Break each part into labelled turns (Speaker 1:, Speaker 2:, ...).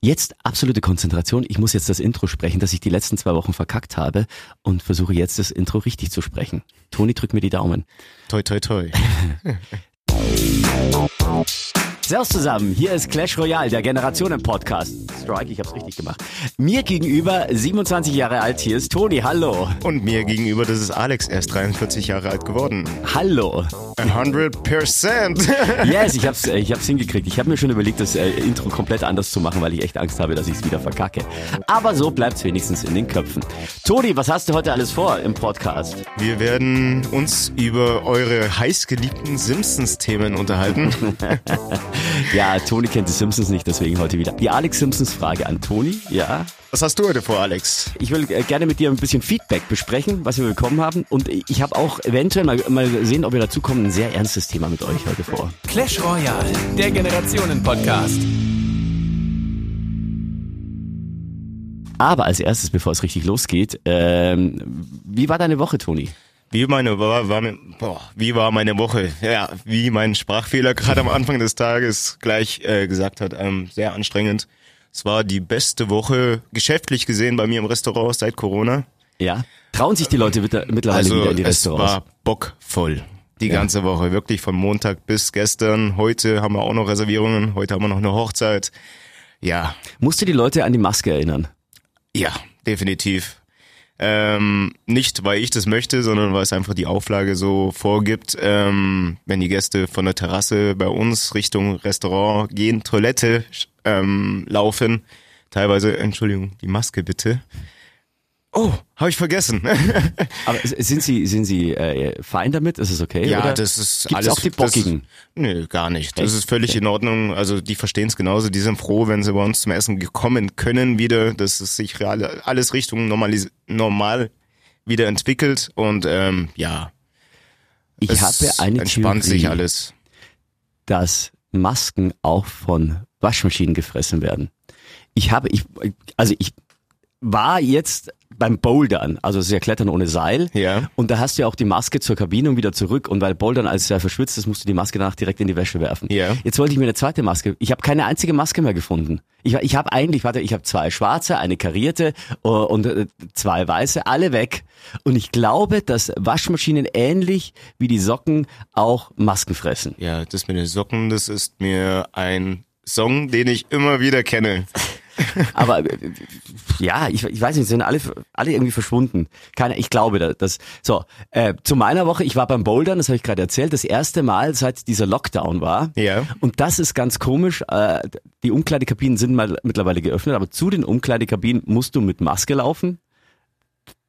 Speaker 1: Jetzt absolute Konzentration. Ich muss jetzt das Intro sprechen, das ich die letzten zwei Wochen verkackt habe und versuche jetzt das Intro richtig zu sprechen. Toni, drück mir die Daumen.
Speaker 2: Toi, toi, toi.
Speaker 1: Servus zusammen, hier ist Clash Royale, der Generationen-Podcast. Strike, ich hab's richtig gemacht. Mir gegenüber, 27 Jahre alt, hier ist Toni, hallo.
Speaker 2: Und mir gegenüber, das ist Alex, erst 43 Jahre alt geworden.
Speaker 1: Hallo.
Speaker 2: 100%.
Speaker 1: Yes, ich hab's, äh, ich hab's hingekriegt. Ich habe mir schon überlegt, das äh, Intro komplett anders zu machen, weil ich echt Angst habe, dass ich's wieder verkacke. Aber so bleibt's wenigstens in den Köpfen. Toni, was hast du heute alles vor im Podcast?
Speaker 2: Wir werden uns über eure heißgeliebten Simpsons-Themen unterhalten.
Speaker 1: Ja, Toni kennt die Simpsons nicht, deswegen heute wieder. Die Alex Simpsons-Frage an Toni, ja.
Speaker 2: Was hast du heute vor, Alex?
Speaker 1: Ich will äh, gerne mit dir ein bisschen Feedback besprechen, was wir bekommen haben. Und ich habe auch eventuell mal, mal sehen, ob wir dazu kommen, ein sehr ernstes Thema mit euch heute vor.
Speaker 3: Clash Royale, der Generationen-Podcast.
Speaker 1: Aber als erstes, bevor es richtig losgeht, ähm, wie war deine Woche, Toni?
Speaker 2: Wie meine, war, war, mein- boah, wie war meine Woche? Ja, wie mein Sprachfehler gerade am Anfang des Tages gleich äh, gesagt hat, ähm, sehr anstrengend. Es war die beste Woche geschäftlich gesehen bei mir im Restaurant seit Corona.
Speaker 1: Ja? Trauen sich die Leute mit- mittlerweile
Speaker 2: Also
Speaker 1: wieder in die
Speaker 2: es
Speaker 1: Restaurants?
Speaker 2: war bockvoll. Die ganze Woche, wirklich von Montag bis gestern. Heute haben wir auch noch Reservierungen, heute haben wir noch eine Hochzeit. Ja,
Speaker 1: Musst du die Leute an die Maske erinnern?
Speaker 2: ja, definitiv. Ähm, nicht, weil ich das möchte, sondern weil es einfach die Auflage so vorgibt, ähm, wenn die Gäste von der Terrasse bei uns Richtung Restaurant gehen, Toilette ähm, laufen, teilweise, Entschuldigung, die Maske bitte. Oh, habe ich vergessen.
Speaker 1: Aber s- sind sie, sind sie äh, fein damit? Ist es okay?
Speaker 2: Ja,
Speaker 1: oder?
Speaker 2: das ist
Speaker 1: Gibt's
Speaker 2: alles.
Speaker 1: auch die Bockigen?
Speaker 2: Das ist, nö, gar nicht. Das
Speaker 1: Echt?
Speaker 2: ist völlig in Ordnung. Also die verstehen es genauso. Die sind froh, wenn sie bei uns zum Essen gekommen können wieder, dass es sich real, alles Richtung normalis normal wieder entwickelt und ähm, ja,
Speaker 1: ich
Speaker 2: es
Speaker 1: habe eine
Speaker 2: entspannt
Speaker 1: Theorie,
Speaker 2: sich alles.
Speaker 1: dass Masken auch von Waschmaschinen gefressen werden. Ich habe, ich, also ich war jetzt beim Bouldern, also es ist ja Klettern ohne Seil.
Speaker 2: Ja.
Speaker 1: Und da hast du ja auch die Maske zur Kabine und wieder zurück. Und weil Bouldern als sehr verschwitzt ist, musst du die Maske danach direkt in die Wäsche werfen.
Speaker 2: Ja.
Speaker 1: Jetzt wollte ich mir eine zweite Maske. Ich habe keine einzige Maske mehr gefunden. Ich, ich habe eigentlich, warte, ich habe zwei schwarze, eine karierte äh, und äh, zwei weiße, alle weg. Und ich glaube, dass Waschmaschinen ähnlich wie die Socken auch Masken fressen.
Speaker 2: Ja, das mit den Socken, das ist mir ein Song, den ich immer wieder kenne.
Speaker 1: Aber äh, ja, ich, ich weiß nicht, sind alle, alle irgendwie verschwunden. Keine, ich glaube da- das. So, äh, zu meiner Woche, ich war beim Bouldern, das habe ich gerade erzählt, das erste Mal seit dieser Lockdown war.
Speaker 2: Ja.
Speaker 1: Und das ist ganz komisch. Äh, die Umkleidekabinen sind mal mittlerweile geöffnet, aber zu den Umkleidekabinen musst du mit Maske laufen.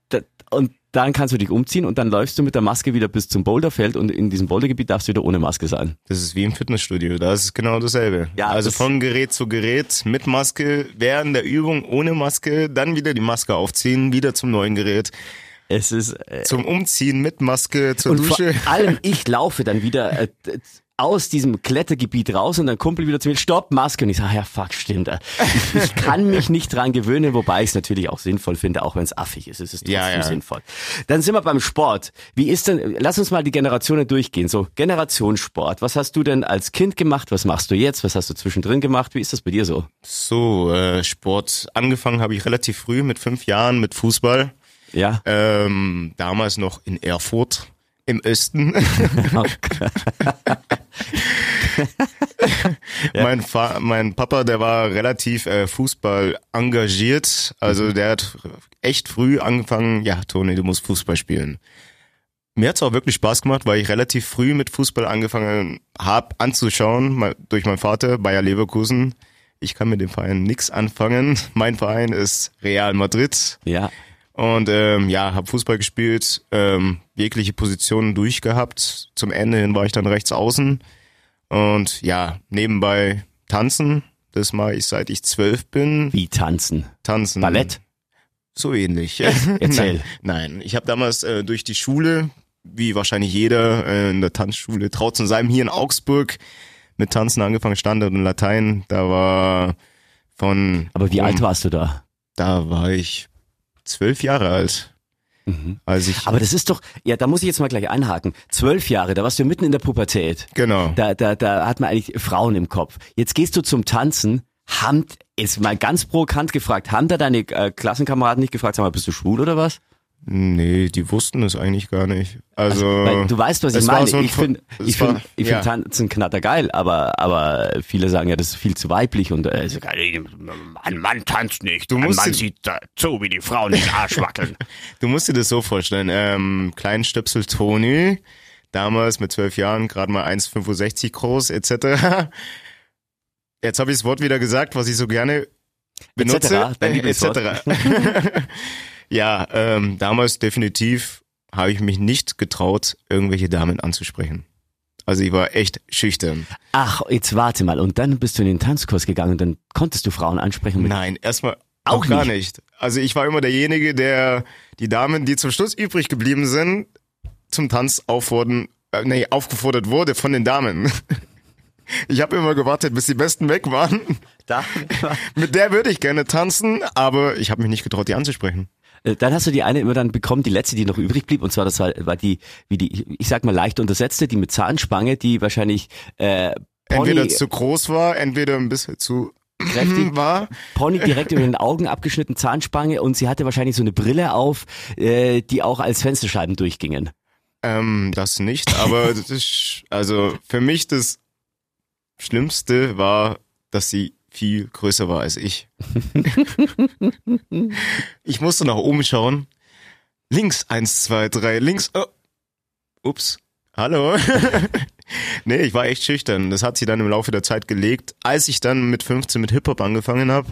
Speaker 1: Da- Und dann kannst du dich umziehen und dann läufst du mit der Maske wieder bis zum Boulderfeld und in diesem Bouldergebiet darfst du wieder ohne Maske sein.
Speaker 2: Das ist wie im Fitnessstudio, da ist es genau dasselbe.
Speaker 1: Ja,
Speaker 2: also
Speaker 1: das-
Speaker 2: von Gerät zu Gerät, mit Maske, während der Übung ohne Maske, dann wieder die Maske aufziehen, wieder zum neuen Gerät,
Speaker 1: Es ist äh,
Speaker 2: zum Umziehen mit Maske, zur
Speaker 1: Und vor
Speaker 2: Dusche.
Speaker 1: allem ich laufe dann wieder äh, d- aus diesem Klettergebiet raus und dann Kumpel wieder zu mir, stopp, Maske. Und ich sage, ja, fuck, stimmt. äh, Ich, ich kann mich nicht dran gewöhnen, wobei ich es natürlich auch sinnvoll finde, auch wenn es affig ist. Es ist trotzdem
Speaker 2: Ja, ja.
Speaker 1: sinnvoll. Dann sind wir beim Sport. Wie ist denn, lass uns mal die Generationen durchgehen. So, Generationssport. Was hast du denn als Kind gemacht? Was machst du jetzt? Was hast du zwischendrin gemacht? Wie ist das bei dir so?
Speaker 2: So, äh, Sport. Angefangen habe ich relativ früh, mit fünf Jahren, mit Fußball.
Speaker 1: Ja.
Speaker 2: Ähm, damals noch in Erfurt, im Osten. mein, Fa mein Papa, der war relativ äh, Fußball engagiert. Also der hat echt früh angefangen, ja, Toni, du musst Fußball spielen. Mir hat's auch wirklich Spaß gemacht, weil ich relativ früh mit Fußball angefangen habe anzuschauen, mal- durch meinen Vater, Bayer Leverkusen. Ich kann mit dem Verein nix anfangen. Mein Verein ist Real Madrid.
Speaker 1: Ja.
Speaker 2: Und ähm, ja, habe Fußball gespielt, ähm, jegliche Positionen durchgehabt. Zum Ende hin war ich dann rechts außen. Und ja, nebenbei tanzen. Das mache ich seit ich zwölf bin.
Speaker 1: Wie tanzen?
Speaker 2: Tanzen.
Speaker 1: Ballett?
Speaker 2: So ähnlich.
Speaker 1: Erzähl.
Speaker 2: Nein, nein. ich habe damals äh, durch die Schule, wie wahrscheinlich jeder äh, in der Tanzschule Trautz Seim hier in Augsburg, mit Tanzen angefangen, Standard und Latein. Da war von...
Speaker 1: Aber wie alt warst du da?
Speaker 2: Da war ich zwölf Jahre alt. Als ich,
Speaker 1: Mhm. Aber das ist doch, ja, da muss ich jetzt mal gleich einhaken. Zwölf Jahre, da warst du mitten in der Pubertät.
Speaker 2: genau.
Speaker 1: Da, da, da hat man eigentlich Frauen im Kopf. Jetzt gehst du zum Tanzen. Hand, jetzt mal ganz provokant gefragt, haben da deine äh, Klassenkameraden nicht gefragt, sag mal, bist du schwul oder was?
Speaker 2: Nee, die wussten es eigentlich gar nicht. Also,
Speaker 1: Weil du weißt, was ich
Speaker 2: es war
Speaker 1: meine.
Speaker 2: so ein
Speaker 1: ich finde
Speaker 2: Ver-
Speaker 1: ich
Speaker 2: es war-
Speaker 1: find, ich
Speaker 2: ja.
Speaker 1: find Tanzen knatter geil, aber, aber viele sagen ja, das ist viel zu weiblich und äh, so geil.
Speaker 4: Ein Mann tanzt nicht.
Speaker 2: Du
Speaker 4: ein
Speaker 2: musst
Speaker 4: Mann
Speaker 2: die-
Speaker 4: sieht dazu, wie die Frauen den Arsch wackeln.
Speaker 2: Du musst dir das so vorstellen. Ähm, Kleinstöpsel Toni, damals mit zwölf Jahren, gerade mal 1,65 groß, etc. Jetzt habe ich das Wort wieder gesagt, was ich so gerne benutze.
Speaker 1: Etc., dein Lieblingswort.
Speaker 2: etc. ja, ähm, damals definitiv habe ich mich nicht getraut, irgendwelche Damen anzusprechen. Also ich war echt schüchtern.
Speaker 1: Ach, jetzt warte mal. Und dann bist du in den Tanzkurs gegangen und dann konntest du Frauen ansprechen. Mit,
Speaker 2: Nein, erstmal
Speaker 1: Auch
Speaker 2: auch gar nicht. Also ich war immer derjenige, der die Damen, die zum Schluss übrig geblieben sind, zum Tanz aufwurden, äh, nee, aufgefordert wurde von den Damen. Ich habe immer gewartet, bis die Besten weg waren.
Speaker 1: da,
Speaker 2: Mit der würde ich gerne tanzen, aber ich habe mich nicht getraut, die anzusprechen.
Speaker 1: Äh, dann hast du die eine immer dann bekommen, die letzte, die noch übrig blieb. Und zwar, das war, war die, wie die, ich sag mal, leicht untersetzte, die mit Zahnspange, die wahrscheinlich äh,
Speaker 2: Entweder
Speaker 1: Pony,
Speaker 2: zu groß war, entweder ein bisschen zu
Speaker 1: Kräftig.
Speaker 2: war.
Speaker 1: Pony direkt über den Augen abgeschnitten, Zahnspange. Und sie hatte wahrscheinlich so eine Brille auf, äh, die auch als Fensterscheiben durchgingen.
Speaker 2: Ähm, das nicht, aber das ist, also für mich das Schlimmste war, dass sie viel größer war als ich. ich musste nach oben schauen. Links, eins, zwei, drei, links. Oh. Ups, hallo. nee, ich war echt schüchtern. Das hat sie dann im Laufe der Zeit gelegt. Als ich dann mit 15 mit Hip-Hop angefangen habe,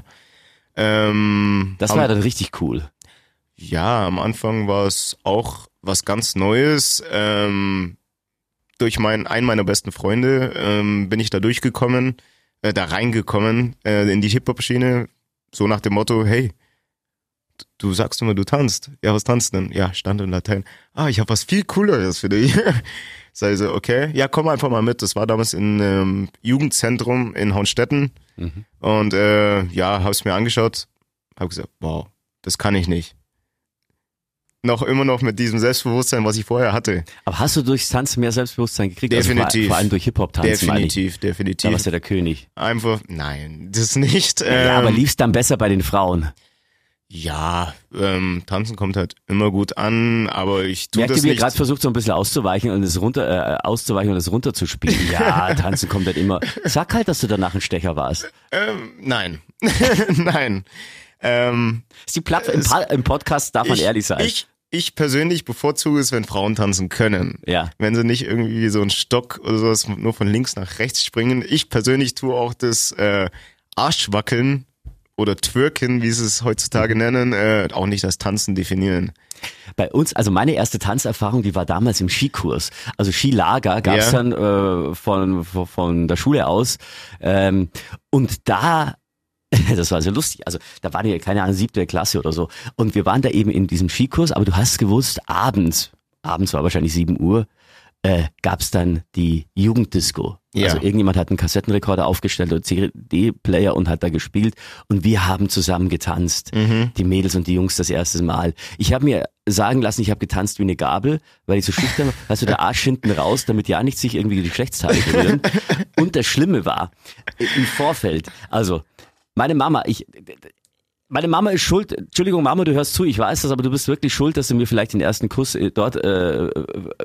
Speaker 2: ähm,
Speaker 1: Das
Speaker 2: haben-
Speaker 1: war dann richtig cool.
Speaker 2: ja, am Anfang war es auch was ganz Neues. Ähm, durch meinen, einen meiner besten Freunde ähm, bin ich da durchgekommen, äh, da reingekommen äh, in die Hip-Hop-Schiene. So nach dem Motto, hey, du sagst immer, du tanzt. Ja, was tanzt denn? Ja, Stand und Latein. Ah, ich habe was viel Cooleres für dich. Sei so, okay, ja, komm einfach mal mit. Das war damals in ähm, Jugendzentrum in Hornstetten. Und äh, ja, habe es mir angeschaut, habe gesagt, wow, das kann ich nicht noch immer noch mit diesem Selbstbewusstsein, was ich vorher hatte.
Speaker 1: Aber hast du durchs Tanzen mehr Selbstbewusstsein gekriegt? Also vor,
Speaker 2: Definitiv.
Speaker 1: vor allem durch Hip-Hop-Tanzen, meine ich.
Speaker 2: definitiv,
Speaker 1: Da warst
Speaker 2: definitiv.
Speaker 1: du der König.
Speaker 2: Einfach, nein, das nicht. Ähm,
Speaker 1: Ja, aber liefst dann besser bei den Frauen.
Speaker 2: ja ähm, Tanzen kommt halt immer gut an, aber ich tue
Speaker 1: Merkt ihr,
Speaker 2: das
Speaker 1: wie ihr
Speaker 2: nicht.
Speaker 1: gerade versucht, so ein bisschen auszuweichen und es runter, äh, auszuweichen und es runterzuspielen? Ja, tanzen kommt halt immer. Sag halt, dass du danach ein Stecher warst.
Speaker 2: ähm, nein, nein. Ähm,
Speaker 1: Ist die Platt im, Pa- im Podcast darf man
Speaker 2: ich,
Speaker 1: ehrlich sein.
Speaker 2: Ich, ich persönlich bevorzuge es, wenn Frauen tanzen können.
Speaker 1: Ja.
Speaker 2: Wenn sie nicht irgendwie so einen Stock oder sowas nur von links nach rechts springen. Ich persönlich tue auch das äh, Arschwackeln oder Twerken, wie sie es heutzutage nennen, äh, auch nicht das Tanzen definieren.
Speaker 1: Bei uns, also meine erste Tanzerfahrung, die war damals im Skikurs. Also Skilager gab es
Speaker 2: Ja.
Speaker 1: dann äh, von, von, von der Schule aus. Ähm, und da, das war so lustig, also da waren wir, keine Ahnung, siebte Klasse oder so. Und wir waren da eben in diesem Skikurs, aber du hast gewusst, abends, abends war wahrscheinlich 7 Uhr, äh, gab es dann die Jugenddisco.
Speaker 2: Ja.
Speaker 1: Also irgendjemand hat einen Kassettenrekorder aufgestellt oder CD-Player und hat da gespielt und wir haben zusammen getanzt. Die Mädels und die Jungs das erste Mal. Ich habe mir sagen lassen, ich habe getanzt wie eine Gabel, weil ich so schüchtern war. Also der Arsch hinten raus, damit ja nicht sich irgendwie die Geschlechtsteile berühren. Und das Schlimme war, im Vorfeld, also meine Mama, ich, meine Mama ist schuld. Entschuldigung, Mama, du hörst zu, ich weiß das, aber du bist wirklich schuld, dass du mir vielleicht den ersten Kuss äh, dort äh,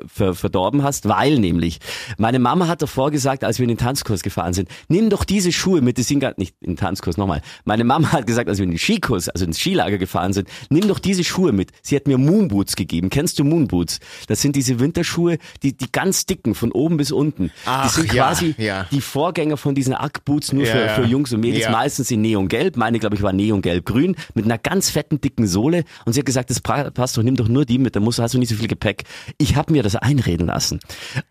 Speaker 1: ver verdorben hast, weil nämlich meine Mama hat davor gesagt, als wir in den Tanzkurs gefahren sind, nimm doch diese Schuhe mit, die sind gar nicht in den Tanzkurs nochmal. Meine Mama hat gesagt, als wir in den Skikurs, also ins Skilager gefahren sind, nimm doch diese Schuhe mit. Sie hat mir Moonboots gegeben. Kennst du Moonboots? Das sind diese Winterschuhe, die die ganz dicken von oben bis unten.
Speaker 2: Ach,
Speaker 1: die sind
Speaker 2: ja,
Speaker 1: quasi
Speaker 2: ja.
Speaker 1: die Vorgänger von diesen Ackboots nur
Speaker 2: Ja,
Speaker 1: für,
Speaker 2: ja.
Speaker 1: für Jungs und Mädels.
Speaker 2: Ja.
Speaker 1: Mal meistens in Neongelb. Meine, glaube ich, war Neongelb-Grün mit einer ganz fetten, dicken Sohle. Und sie hat gesagt, das pra- passt doch, nimm doch nur die mit, dann musst du, hast du nicht so viel Gepäck. Ich habe mir das einreden lassen.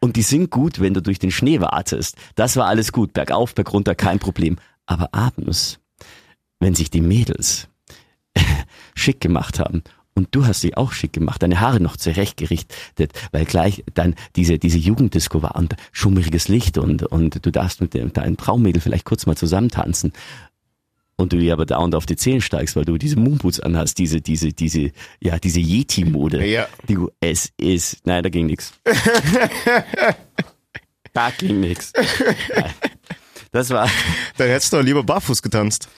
Speaker 1: Und die sind gut, wenn du durch den Schnee wartest. Das war alles gut, bergauf, bergunter, kein Problem. Aber abends, wenn sich die Mädels schick gemacht haben. Und du hast sie auch schick gemacht, deine Haare noch zurechtgerichtet, weil gleich dann diese, diese Jugenddisco war und schummriges Licht und, und du darfst mit dem, deinem Traummädel vielleicht kurz mal zusammen tanzen und du ihr aber dauernd auf die Zehen steigst, weil du diese Moonboots anhast, diese, diese, diese, ja, diese Yeti-Mode.
Speaker 2: Ja.
Speaker 1: Die du, es ist, nein, da ging nix. Da ging nix. Das war,
Speaker 2: Dann hättest du doch lieber barfuß getanzt.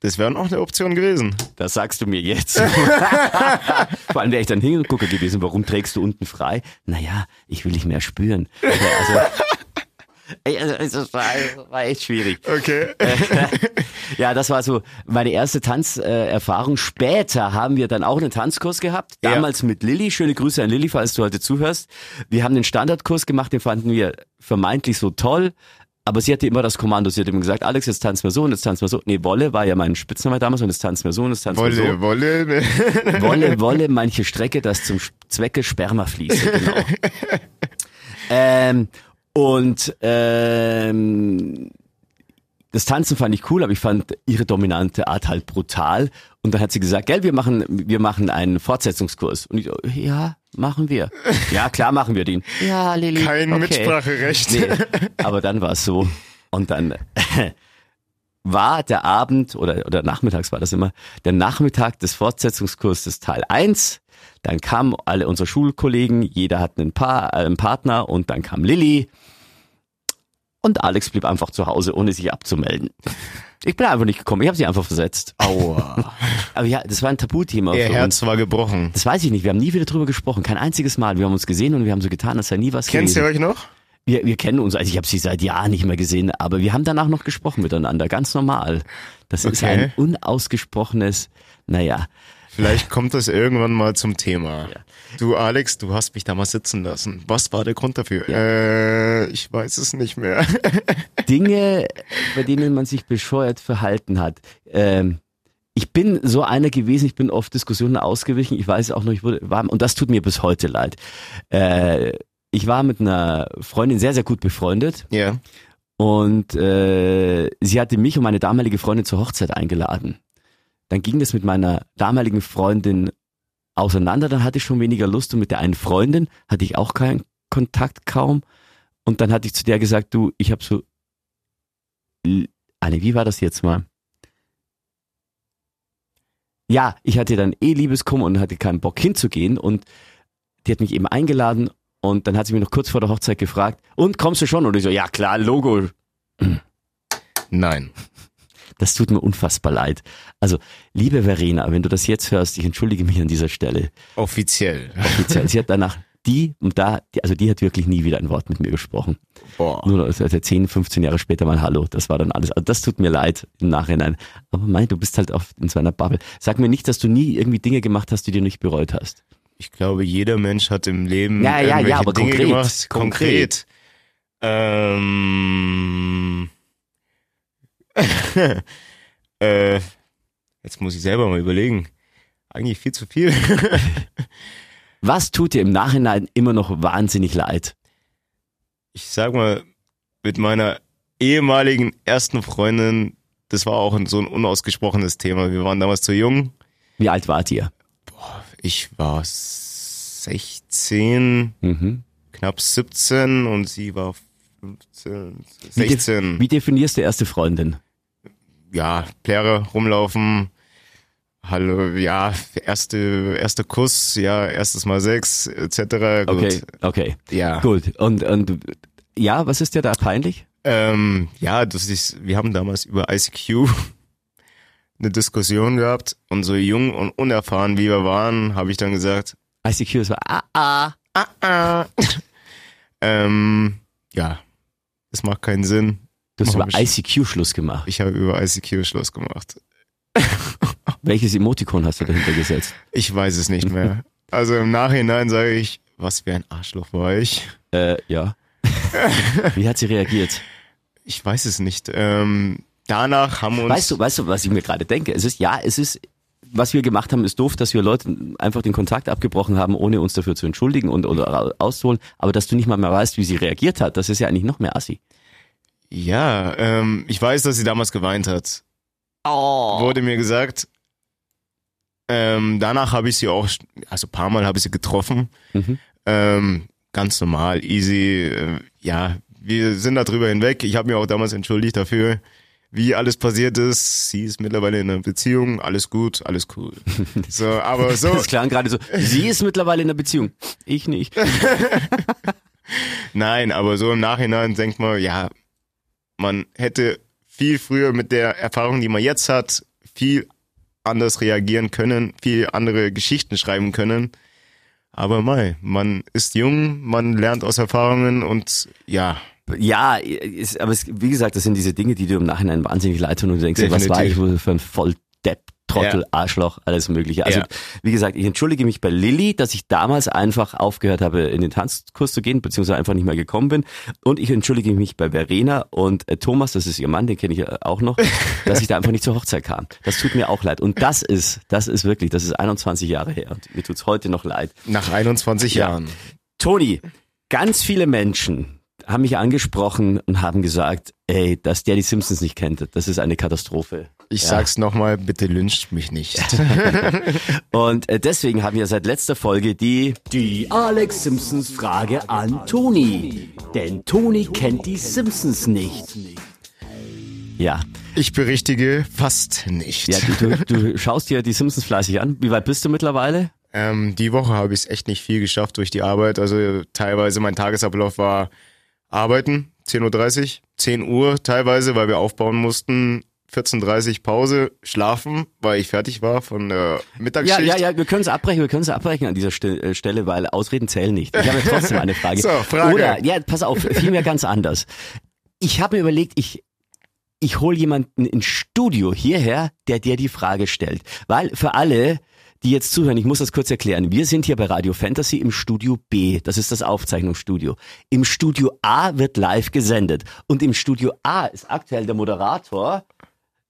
Speaker 2: Das wäre auch eine Option gewesen.
Speaker 1: das sagst du mir jetzt. Vor allem wäre ich dann Hingucker gewesen, warum trägst du unten frei? Naja, ich will dich mehr spüren. Also, Ey, also, es war, es war echt schwierig.
Speaker 2: Okay.
Speaker 1: Ja, das war so meine erste Tanzerfahrung. Äh, Erfahrung. Später haben wir dann auch einen Tanzkurs gehabt,
Speaker 2: Ja.
Speaker 1: damals mit Lilly. Schöne Grüße an Lilly, falls du heute zuhörst. Wir haben den Standardkurs gemacht, den fanden wir vermeintlich so toll. Aber sie hatte immer das Kommando, sie hat immer gesagt, Alex, jetzt tanzen wir so und jetzt tanzen wir so. Nee, Wolle war ja mein Spitzname damals und jetzt tanzen wir so und jetzt tanzen wir so.
Speaker 2: Wolle, Wolle.
Speaker 1: Wolle, Wolle, manche Strecke, das zum Zwecke Sperma fließt. Genau. ähm, und ähm, das Tanzen fand ich cool, aber ich fand ihre dominante Art halt brutal. Und dann hat sie gesagt, gell, wir machen, wir machen einen Fortsetzungskurs. Und ich so, ja, machen wir. Ja, klar machen wir den. Ja, Lili.
Speaker 2: Kein
Speaker 1: okay.
Speaker 2: Mitspracherecht.
Speaker 1: Nee, aber dann war es so. Und dann war der Abend oder, oder nachmittags war das immer, der Nachmittag des Fortsetzungskurses Teil 1. Dann kamen alle unsere Schulkollegen, jeder hat einen, pa äh, einen Partner und dann kam Lilly. Und Alex blieb einfach zu Hause, ohne sich abzumelden. Ich bin einfach nicht gekommen, ich habe sie einfach versetzt.
Speaker 2: Aua.
Speaker 1: Aber ja, das war ein Tabuthema
Speaker 2: Ihr
Speaker 1: für uns.
Speaker 2: Herz war gebrochen.
Speaker 1: Das weiß ich nicht, wir haben nie wieder drüber gesprochen, kein einziges Mal. Wir haben uns gesehen und wir haben so getan, als sei nie was
Speaker 2: Kennst
Speaker 1: gewesen
Speaker 2: ihr euch noch?
Speaker 1: wir, wir kennen uns, also ich habe sie seit Jahren nicht mehr gesehen, aber wir haben danach noch gesprochen miteinander, ganz normal. Das ist
Speaker 2: Okay.
Speaker 1: ein unausgesprochenes, naja,
Speaker 2: Vielleicht kommt das irgendwann mal zum Thema. Du, Alex, du hast mich damals sitzen lassen. Was war der Grund dafür? Äh, ich weiß es nicht mehr.
Speaker 1: Dinge, bei denen man sich bescheuert verhalten hat. Ähm, ich bin so einer gewesen, ich bin oft Diskussionen ausgewichen, ich weiß auch noch, ich wurde warm und das tut mir bis heute leid. Äh, ich war mit einer Freundin sehr, sehr gut befreundet
Speaker 2: Ja.
Speaker 1: Und äh, sie hatte mich und meine damalige Freundin zur Hochzeit eingeladen. Dann ging das mit meiner damaligen Freundin auseinander, dann hatte ich schon weniger Lust und mit der einen Freundin hatte ich auch keinen Kontakt kaum. Und dann hatte ich zu der gesagt, du, ich habe so... L- Anne, wie war das jetzt mal? Ja, ich hatte dann eh Liebeskummer und hatte keinen Bock hinzugehen und die hat mich eben eingeladen und dann hat sie mich noch kurz vor der Hochzeit gefragt, und kommst du schon? Und ich so, ja klar, Logo,
Speaker 2: Nein.
Speaker 1: das tut mir unfassbar leid. Also, liebe Verena, wenn du das jetzt hörst, ich entschuldige mich an dieser Stelle.
Speaker 2: Offiziell.
Speaker 1: Offiziell, sie hat danach die und da, die, also die hat wirklich nie wieder ein Wort mit mir gesprochen.
Speaker 2: Boah.
Speaker 1: Nur noch, also 10, 15 Jahre später mal Hallo, das war dann alles. Also das tut mir leid im Nachhinein. Aber mein, du bist halt oft in so einer Bubble. Sag mir nicht, dass du nie irgendwie Dinge gemacht hast, die dir nicht bereut hast.
Speaker 2: Ich glaube, jeder Mensch hat im Leben
Speaker 1: Ja, ja, ja,
Speaker 2: irgendwelche
Speaker 1: aber
Speaker 2: Dinge
Speaker 1: konkret,
Speaker 2: gemacht.
Speaker 1: konkret.
Speaker 2: Konkret. Ähm, äh, jetzt muss ich selber mal überlegen. Eigentlich viel zu viel.
Speaker 1: Was tut dir im Nachhinein immer noch wahnsinnig leid?
Speaker 2: ich sag mal, mit meiner ehemaligen ersten Freundin, das war auch ein- so ein unausgesprochenes Thema. Wir waren damals zu jung.
Speaker 1: Wie alt wart ihr?
Speaker 2: Ich war 16,
Speaker 1: Mhm.
Speaker 2: knapp 17 und sie war 15,
Speaker 1: Wie def-
Speaker 2: 16.
Speaker 1: Wie definierst du erste Freundin?
Speaker 2: ja, Pläre rumlaufen. Hallo, ja, erste, erster Kuss, ja, erstes Mal Sex, etc. Gut,
Speaker 1: Okay, okay,
Speaker 2: ja.
Speaker 1: gut. Und, und ja, was ist dir da peinlich?
Speaker 2: Ähm, ja, das ist, wir haben damals über ICQ eine Diskussion gehabt und so jung und unerfahren wie wir waren, habe ich dann gesagt,
Speaker 1: ICQ ist war, ah, ah.
Speaker 2: ah, ah. ähm, ja, es macht keinen Sinn.
Speaker 1: Du hast
Speaker 2: Mach
Speaker 1: über
Speaker 2: mich-
Speaker 1: ICQ Schluss gemacht.
Speaker 2: Ich habe über ICQ Schluss gemacht.
Speaker 1: Welches Emotikon hast du dahinter gesetzt?
Speaker 2: Ich weiß es nicht mehr. Also im Nachhinein sage ich, was für ein Arschloch war ich.
Speaker 1: Äh, ja. Wie hat sie reagiert?
Speaker 2: Ich weiß es nicht. Ähm, danach haben uns.
Speaker 1: Weißt du, weißt du, was ich mir gerade denke? Es ist, ja, es ist, was wir gemacht haben, ist doof, dass wir Leuten einfach den Kontakt abgebrochen haben, ohne uns dafür zu entschuldigen und oder ra- auszuholen. Aber dass du nicht mal mehr weißt, wie sie reagiert hat, das ist ja eigentlich noch mehr assi.
Speaker 2: Ja, ähm, ich weiß, dass sie damals geweint hat. Oh. Wurde mir gesagt. Ähm, danach habe ich sie auch, also ein paar Mal habe ich sie getroffen.
Speaker 1: Mhm.
Speaker 2: Ähm, ganz normal, easy. Äh, ja, wir sind darüber hinweg. Ich habe mir auch damals entschuldigt dafür, wie alles passiert ist. Sie ist mittlerweile in einer Beziehung, alles gut, alles cool. so, aber so,
Speaker 1: Das klang gerade so. Sie ist mittlerweile in einer Beziehung. Ich nicht.
Speaker 2: nein, aber so im Nachhinein denkt man, ja, Man hätte viel früher mit der Erfahrung, die man jetzt hat, viel anders reagieren können, viel andere Geschichten schreiben können. Aber mei, man ist jung, man lernt aus Erfahrungen und ja,
Speaker 1: Ja, ist, aber es, wie gesagt, das sind diese Dinge, die dir im Nachhinein wahnsinnig leid tun und du denkst, dir, was war ich
Speaker 2: Definitiv.
Speaker 1: wohl für ein Volldepp, Trottel,
Speaker 2: Ja.
Speaker 1: Arschloch, alles Mögliche. Also,
Speaker 2: Ja.
Speaker 1: wie gesagt, ich entschuldige mich bei Lilly, dass ich damals einfach aufgehört habe, in den Tanzkurs zu gehen, beziehungsweise einfach nicht mehr gekommen bin. Und ich entschuldige mich bei Verena und äh, Thomas, das ist ihr Mann, den kenne ich äh, auch noch, dass ich da einfach nicht zur Hochzeit kam. Das tut mir auch leid. Und das ist, das ist wirklich, das ist 21 Jahre her und mir tut's heute noch leid.
Speaker 2: nach 21
Speaker 1: Ja.
Speaker 2: Jahren.
Speaker 1: Toni, ganz viele Menschen haben mich angesprochen und haben gesagt, ey, dass der die Simpsons nicht kennt, das ist eine Katastrophe.
Speaker 2: Ich
Speaker 1: Ja.
Speaker 2: sag's nochmal, bitte lyncht mich nicht.
Speaker 1: Und äh, deswegen haben wir seit letzter Folge die...
Speaker 5: Die Alex Simpsons Frage an Toni. Denn Toni kennt die Simpsons nicht.
Speaker 1: Ja,
Speaker 2: Ich berichtige fast nicht.
Speaker 1: ja du, du, du schaust dir die Simpsons fleißig an. Wie weit bist du mittlerweile?
Speaker 2: Ähm, die Woche habe ich echt nicht viel geschafft durch die Arbeit. Also teilweise mein Tagesablauf war arbeiten, 10.30 Uhr, 10 Uhr teilweise, weil wir aufbauen mussten, 14.30 Uhr Pause, schlafen, weil ich fertig war von der
Speaker 1: Ja,
Speaker 2: Mittagsschicht.
Speaker 1: ja, ja, wir können es abbrechen, wir können es abbrechen an dieser Stel- äh, Stelle, weil Ausreden zählen nicht. Ich habe ja trotzdem eine Frage.
Speaker 2: So, Frage.
Speaker 1: Oder, ja, pass auf, vielmehr ganz anders. Ich habe mir überlegt, ich, ich hole jemanden ins Studio hierher, der dir die Frage stellt. Weil für alle, die jetzt zuhören, ich muss das kurz erklären. Wir sind hier bei Radio Fantasy im Studio B. Das ist das Aufzeichnungsstudio. Im Studio A wird live gesendet. Und im Studio A ist aktuell der Moderator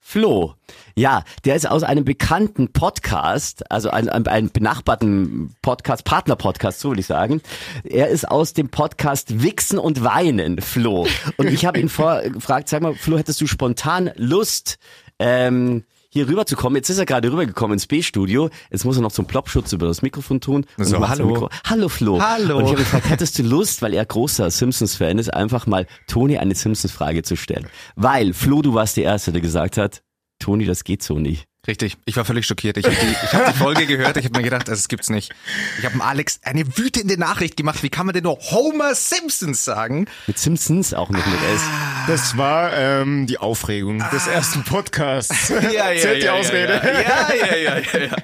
Speaker 1: Flo. Ja, der ist aus einem bekannten Podcast, also einem, einem, einem benachbarten Podcast, Partner-Podcast, so will ich sagen. Er ist aus dem Podcast Wichsen und Weinen, Flo. Und ich habe ihn vorgefragt, sag mal, Flo, hättest du spontan Lust, ähm, hier rüber zu kommen? Jetzt ist er gerade rübergekommen ins B-Studio. Jetzt muss er noch zum Plopschutz über das Mikrofon tun. Und
Speaker 2: So,
Speaker 1: macht
Speaker 2: hallo.
Speaker 1: Mikro- Hallo, Flo.
Speaker 2: Hallo.
Speaker 1: Und ich habe gefragt, hättest du Lust, weil er großer Simpsons-Fan ist, einfach mal Toni eine Simpsons-Frage zu stellen? Weil, Flo, du warst der Erste, der gesagt hat, Toni, das geht so nicht.
Speaker 6: Richtig, ich war völlig schockiert. Ich habe die, ich hab die Folge gehört, ich habe mir gedacht, das gibt's nicht. Ich habe Alex eine wütende Nachricht gemacht. Wie kann man denn nur Homer Simpson sagen?
Speaker 1: Mit Simpsons auch noch mit S.
Speaker 2: Ah. Das war ähm, die Aufregung des ersten Podcasts. Zählt die Ausrede.
Speaker 6: Ja, ja, ja, ja, ja.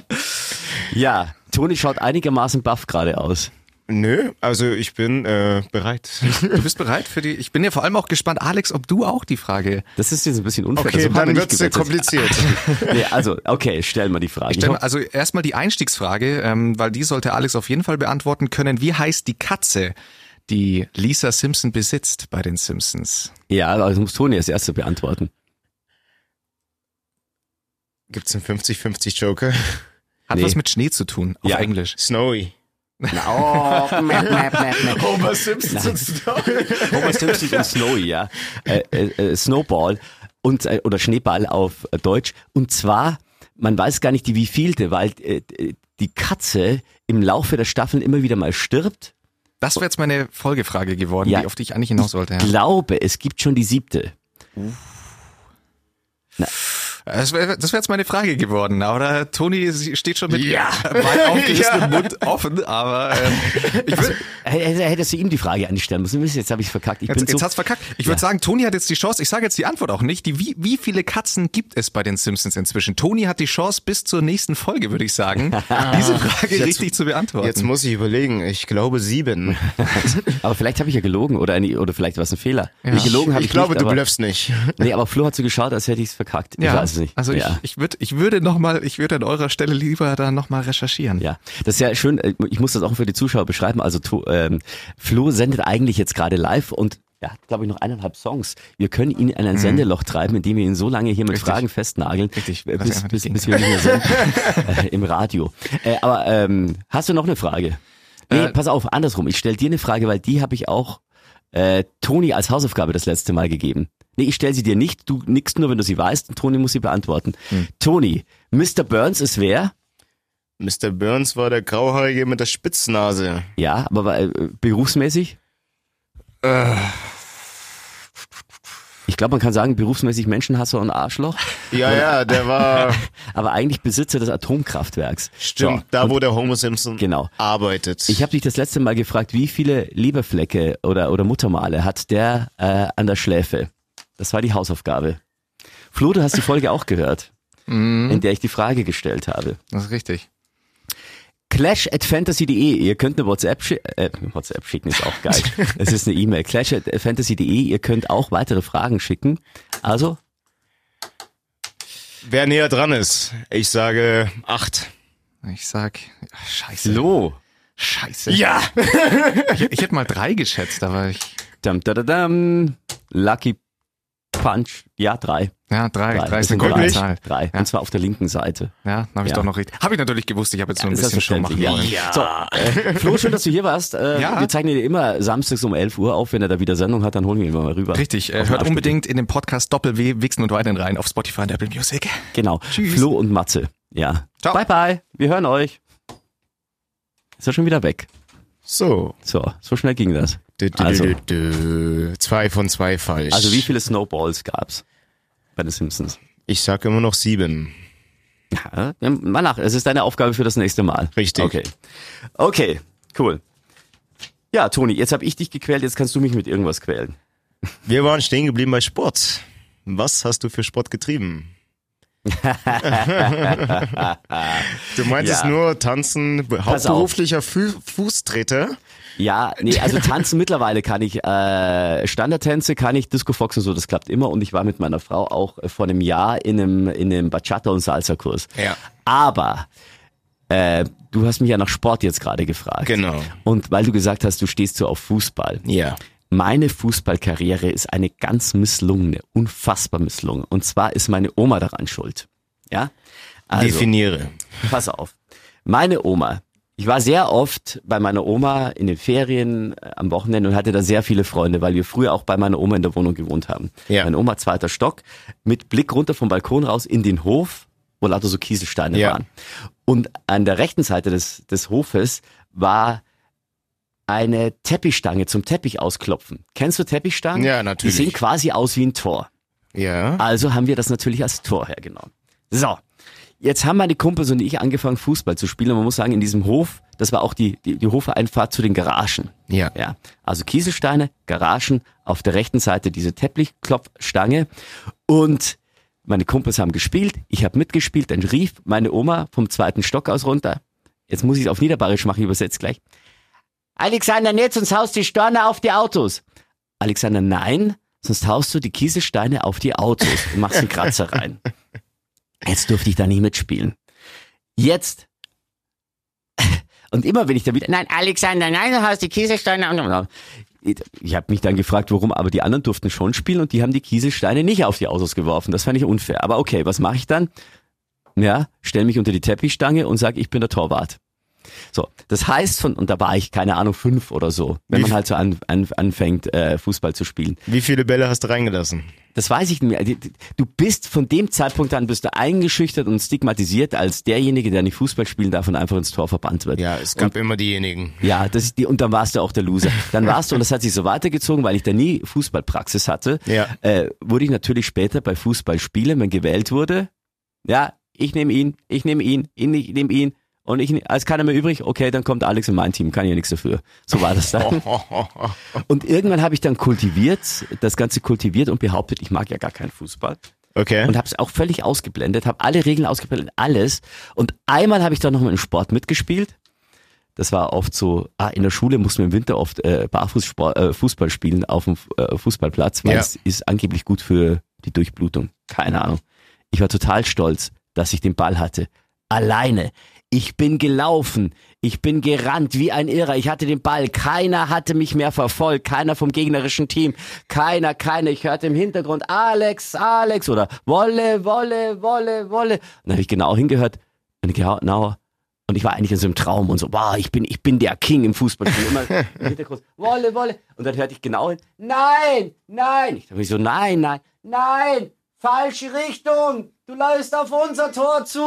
Speaker 1: Ja, Toni schaut einigermaßen baff gerade aus.
Speaker 2: Nö, also ich bin äh, bereit.
Speaker 6: Du bist bereit für die. Ich bin ja vor allem auch gespannt, Alex, ob du auch die Frage.
Speaker 1: Das ist jetzt ein bisschen unfair.
Speaker 2: Okay,
Speaker 1: das haben wir
Speaker 2: Also dann
Speaker 1: nicht
Speaker 2: wird's
Speaker 1: gewettet.
Speaker 2: kompliziert.
Speaker 1: Nee, also, okay, stell mal die Frage. Ich
Speaker 6: Stell mal,
Speaker 1: hoffe,
Speaker 6: also erstmal die Einstiegsfrage, ähm, weil die sollte Alex auf jeden Fall beantworten können. Wie heißt die Katze, die Lisa Simpson besitzt bei den Simpsons?
Speaker 1: ja, aber das muss Toni als Erster beantworten.
Speaker 2: Gibt's einen 50-50 Joker?
Speaker 6: Hat
Speaker 1: Nee.
Speaker 6: was mit Schnee zu tun, auf
Speaker 1: Ja.
Speaker 6: Englisch.
Speaker 2: Snowy. Oh,
Speaker 1: Homer Simpson und Snowy. Homer Simpson und Snowy, ja. Äh, äh, äh, Snowball und, äh, oder Schneeball auf äh, Deutsch. Und zwar, man weiß gar nicht, die wievielte, weil äh, äh, die Katze im Laufe der Staffeln immer wieder mal stirbt.
Speaker 6: Das wäre jetzt meine Folgefrage geworden,
Speaker 1: Ja.
Speaker 6: die, auf die ich eigentlich hinaus wollte. Ja.
Speaker 1: Glaube, es gibt schon die siebte.
Speaker 6: Das wäre das wär jetzt meine Frage geworden, aber da, Toni sie steht schon mit
Speaker 2: Ja.
Speaker 6: weit aufgerissenem Mund offen, aber ähm,
Speaker 1: Also,
Speaker 6: ich würd,
Speaker 1: Hätte- Hättest du ihm die Frage eigentlich stellen müssen. Mist, Jetzt habe ich verkackt. Ich bin
Speaker 6: jetzt,
Speaker 1: so
Speaker 6: jetzt hat's verkackt. Ich würde sagen, Toni hat jetzt die Chance, ich sage jetzt die Antwort auch nicht, die, wie, wie viele Katzen gibt es bei den Simpsons inzwischen? Toni hat die Chance bis zur nächsten Folge, würde ich sagen, diese Frage richtig zu beantworten.
Speaker 2: Jetzt muss ich überlegen. Ich glaube sieben.
Speaker 1: Aber vielleicht habe ich ja gelogen oder, eine, oder vielleicht war es ein Fehler. Nee, gelogen habe ich,
Speaker 2: ich glaube,
Speaker 1: nicht,
Speaker 2: du
Speaker 1: aber,
Speaker 2: bluffst nicht.
Speaker 1: Nee, aber Flo hat so geschaut, als hätte ich es verkackt. Ich weiß es nicht.
Speaker 6: Also
Speaker 1: ja.
Speaker 6: ich, ich, würd, ich würde noch mal, ich würde an eurer Stelle lieber da nochmal recherchieren.
Speaker 1: Ja, das ist ja schön. äh, Ich muss das auch für die Zuschauer beschreiben. Also to- ähm, Flo sendet eigentlich jetzt gerade live und er hat, glaube ich, noch eineinhalb Songs. Wir können ihn in ein Sendeloch treiben, indem wir ihn so lange hier mit
Speaker 6: Mhm. Richtig.
Speaker 1: Fragen festnageln,
Speaker 6: Richtig.
Speaker 1: äh,
Speaker 6: Lass
Speaker 1: bis,
Speaker 6: einfach die
Speaker 1: bis,
Speaker 6: Dinge.
Speaker 1: bis wir nicht mehr senden äh, im Radio. Äh, aber ähm, hast du noch eine Frage? Nee,
Speaker 6: Äh,
Speaker 1: pass auf, andersrum. Ich stell dir eine Frage, weil die habe ich auch äh, Toni als Hausaufgabe das letzte Mal gegeben. Nee, ich stell sie dir nicht. Du nickst nur, wenn du sie weißt und Toni muss sie beantworten.
Speaker 6: Hm.
Speaker 1: Toni, Mr. Burns ist wer?
Speaker 2: Mr. Burns war der Grauhaarige mit der Spitznase.
Speaker 1: Ja, aber äh, berufsmäßig? Ich glaube, man kann sagen, berufsmäßig Menschenhasser und Arschloch,
Speaker 2: Ja, ja, der war,
Speaker 1: aber eigentlich Besitzer des Atomkraftwerks.
Speaker 2: stimmt,
Speaker 1: So,
Speaker 2: da wo der Homer Simpson
Speaker 1: Genau.
Speaker 2: arbeitet.
Speaker 1: ich habe dich das letzte Mal gefragt, wie viele Leberflecke oder, oder Muttermale hat der äh, an der Schläfe? Das war die Hausaufgabe. Flo, du hast die Folge auch gehört, in der ich die Frage gestellt habe.
Speaker 6: Mhm. Das ist richtig.
Speaker 1: Clash at fantasy.de. Ihr könnt eine WhatsApp, schi äh, WhatsApp schicken, ist auch geil. Es ist eine E-Mail. Clash at fantasy.de. Ihr könnt auch weitere Fragen schicken. Also,
Speaker 2: Wer näher dran ist, ich sage acht.
Speaker 6: Ich sag, ach, scheiße.
Speaker 1: Flo.
Speaker 6: Scheiße. Ja. Ich, ich hätte mal drei geschätzt, aber ich.
Speaker 1: Dam, da, da, dam. Lucky Punch. Ja, drei.
Speaker 6: Ja, drei. Drei,
Speaker 1: Das
Speaker 6: ist eine
Speaker 1: sind
Speaker 6: goldene
Speaker 1: drei.
Speaker 6: Zahl.
Speaker 1: Drei.
Speaker 6: Ja,
Speaker 1: Und zwar auf der linken Seite.
Speaker 6: ja habe ich
Speaker 1: Ja.
Speaker 6: doch noch richtig. Habe ich natürlich gewusst, ich habe jetzt nur ein bisschen schon machen
Speaker 1: ja.
Speaker 6: wollen.
Speaker 1: So, äh, Flo, schön, dass du hier warst. Äh,
Speaker 6: Ja.
Speaker 1: Wir zeichnen dir immer samstags um 11 Uhr auf. Wenn er da wieder Sendung hat, dann holen wir ihn mal rüber.
Speaker 6: Richtig,
Speaker 1: Auf
Speaker 6: äh,
Speaker 1: den
Speaker 6: hört
Speaker 1: Abspann.
Speaker 6: unbedingt in den Podcast Doppel-W, Wichsen und Weinen rein auf Spotify und Apple Music.
Speaker 1: Genau.
Speaker 6: Tschüss.
Speaker 1: Flo und Matze. Ja.
Speaker 6: Ciao.
Speaker 1: Bye, bye. Wir hören euch. Ist er schon wieder weg.
Speaker 2: So.
Speaker 1: So, so schnell ging das.
Speaker 2: Dü, dü,
Speaker 1: Also.
Speaker 2: dü, dü, dü. Zwei von zwei falsch.
Speaker 1: Also wie viele Snowballs gab's bei den Simpsons?
Speaker 2: Ich sage immer noch sieben.
Speaker 1: Ja, ähm, mal nach. Es ist deine Aufgabe für das nächste Mal.
Speaker 2: Richtig.
Speaker 1: Okay. Okay, cool. Ja, Toni, jetzt habe ich dich gequält, jetzt kannst du mich mit irgendwas quälen.
Speaker 2: Wir waren stehen geblieben bei Sport. Was hast du für Sport getrieben? du meintest
Speaker 1: Ja.
Speaker 2: nur Tanzen, be-
Speaker 1: auf.
Speaker 2: hauptberuflicher Fu Fußtreter.
Speaker 1: Ja, nee, also tanzen mittlerweile kann ich, äh, Standardtänze kann ich, Disco Fox und so, das klappt immer. Und ich war mit meiner Frau auch äh, vor einem Jahr in einem, in einem Bachata- und Salsa-Kurs.
Speaker 2: Ja.
Speaker 1: Aber äh, du hast mich ja nach Sport jetzt gerade gefragt.
Speaker 2: Genau.
Speaker 1: Und weil du gesagt hast, du stehst so auf Fußball.
Speaker 2: Ja.
Speaker 1: Meine Fußballkarriere ist eine ganz misslungene, unfassbar misslungene. Und zwar ist meine Oma daran schuld. Ja? Also,
Speaker 2: Definiere.
Speaker 1: pass auf. Meine Oma. Ich war sehr oft bei meiner Oma in den Ferien äh, am Wochenende und hatte da sehr viele Freunde, weil wir früher auch bei meiner Oma in der Wohnung gewohnt haben.
Speaker 2: Ja.
Speaker 1: Meine Oma zweiter Stock mit Blick runter vom Balkon raus in den Hof, wo lauter so Kieselsteine
Speaker 2: Ja.
Speaker 1: waren. Und an der rechten Seite des, des Hofes war eine Teppichstange zum Teppich ausklopfen. Kennst du Teppichstangen?
Speaker 2: Ja, natürlich.
Speaker 1: Die sehen quasi aus wie ein Tor.
Speaker 2: Ja.
Speaker 1: Also haben wir das natürlich als Tor hergenommen. So, jetzt haben meine Kumpels und ich angefangen, Fußball zu spielen. Und man muss sagen, in diesem Hof, das war auch die, die, die Hofeinfahrt zu den Garagen.
Speaker 2: Ja.
Speaker 1: Ja, also Kieselsteine, Garagen, auf der rechten Seite diese Teppichklopfstange. Und meine Kumpels haben gespielt, ich habe mitgespielt, dann rief meine Oma vom zweiten Stock aus runter. Jetzt muss ich es auf Niederbayerisch machen, ich übersetze gleich. Alexander, jetzt uns haust die Steine auf die Autos. Alexander, nein, sonst haust du die Kieselsteine auf die Autos und machst einen Kratzer rein. Jetzt durfte ich da nicht mitspielen. Jetzt. Und immer wenn ich da wieder, nein, Alexander, nein, du haust die Kieselsteine auf die Autos. Ich habe mich dann gefragt, warum, aber die anderen durften schon spielen und die haben die Kieselsteine nicht auf die Autos geworfen. Das fand ich unfair. Aber okay, was mache ich dann? Ja, stell mich unter die Teppichstange und sag, ich bin der Torwart. So, das heißt von, und da war ich, keine Ahnung, fünf oder so, wenn
Speaker 2: Wie
Speaker 1: man
Speaker 2: f-
Speaker 1: halt so an, an, anfängt, äh, Fußball zu spielen.
Speaker 2: Wie viele Bälle hast du reingelassen?
Speaker 1: Das weiß ich nicht mehr. Die- die- Du bist von dem Zeitpunkt an bist du eingeschüchtert und stigmatisiert als derjenige, der nicht Fußball spielen darf und einfach ins Tor verbannt wird.
Speaker 2: Ja, es gab immer diejenigen.
Speaker 1: Ja, das ist die, und dann warst du auch der Loser. Dann warst du, und das hat sich so weitergezogen, weil ich da nie Fußballpraxis hatte,
Speaker 2: Ja.
Speaker 1: äh, wurde ich natürlich später bei Fußballspielen, wenn gewählt wurde, ja, ich nehme ihn, ich nehme ihn, ihn, ich nehme ihn, und ich, nehm- als keiner mehr übrig, okay, dann kommt Alex in mein Team, kann ja nichts dafür. So war das
Speaker 2: Oh.
Speaker 1: dann. Und irgendwann habe ich dann kultiviert, das Ganze kultiviert und behauptet, ich mag ja gar keinen Fußball
Speaker 2: Okay.
Speaker 1: und habe es auch völlig ausgeblendet, habe alle Regeln ausgeblendet, alles. Und einmal habe ich dann noch mal im Sport mitgespielt. Das war oft so, ah, in der Schule mussten wir im Winter oft äh, barfuß Sport, äh, Fußball spielen auf dem äh, Fußballplatz, weil
Speaker 2: Ja.
Speaker 1: es ist angeblich gut für die Durchblutung. Keine Ahnung. Ich war total stolz, dass ich den Ball hatte. Alleine. Ich bin gelaufen. Ich bin gerannt wie ein Irrer. Ich hatte den Ball. Keiner hatte mich mehr verfolgt. Keiner vom gegnerischen Team. Keiner, keiner. Ich hörte im Hintergrund Alex, Alex oder Wolle, Wolle, Wolle, Wolle. Und dann habe ich genau hingehört und genau, und ich war eigentlich in so einem Traum und so, wow, ich bin, ich bin der King im Fußballspiel. Immer im Hintergrund, Wolle, Wolle. Und dann hörte ich genau hin, nein, nein. Ich dachte mir so, nein, nein, nein, falsche Richtung. Du läufst auf unser Tor zu.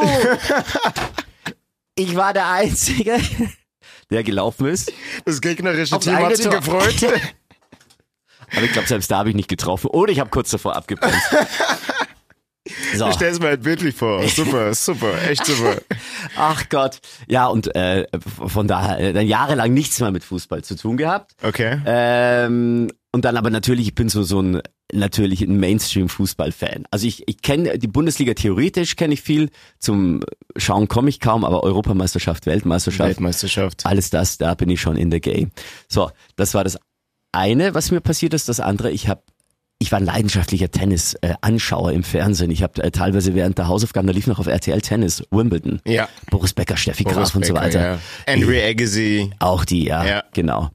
Speaker 1: ich war der Einzige, der gelaufen ist.
Speaker 2: Das gegnerische
Speaker 1: Aufs
Speaker 2: Team
Speaker 1: eigene
Speaker 2: hat sich
Speaker 1: Tor.
Speaker 2: gefreut.
Speaker 1: Aber ich glaube, selbst da habe ich nicht getroffen. Oder ich habe kurz davor abgebremst. So.
Speaker 2: Ich stelle es mir halt bildlich vor. Super, super, echt super.
Speaker 1: Ach Gott. Ja, und äh, von daher äh, dann jahrelang nichts mehr mit Fußball zu tun gehabt.
Speaker 2: Okay.
Speaker 1: Ähm, und dann aber natürlich, ich bin so, so ein natürlich ein Mainstream-Fußball-Fan. Also ich, ich kenne die Bundesliga theoretisch, kenne ich viel. Zum Schauen komme ich kaum, aber Europameisterschaft, Weltmeisterschaft,
Speaker 2: Weltmeisterschaft.
Speaker 1: alles das, da bin ich schon in the game. So, das war das eine, was mir passiert ist. Das andere, ich habe ich war ein leidenschaftlicher Tennis-Anschauer im Fernsehen. Ich habe äh, teilweise während der Hausaufgaben, da lief noch auf RTL Tennis, Wimbledon.
Speaker 2: Ja.
Speaker 1: Boris Becker, Steffi
Speaker 2: Boris
Speaker 1: Graf und so
Speaker 2: Becker,
Speaker 1: weiter.
Speaker 2: Ja. Andre Agassi.
Speaker 1: Auch die, ja,
Speaker 2: Ja.
Speaker 1: genau.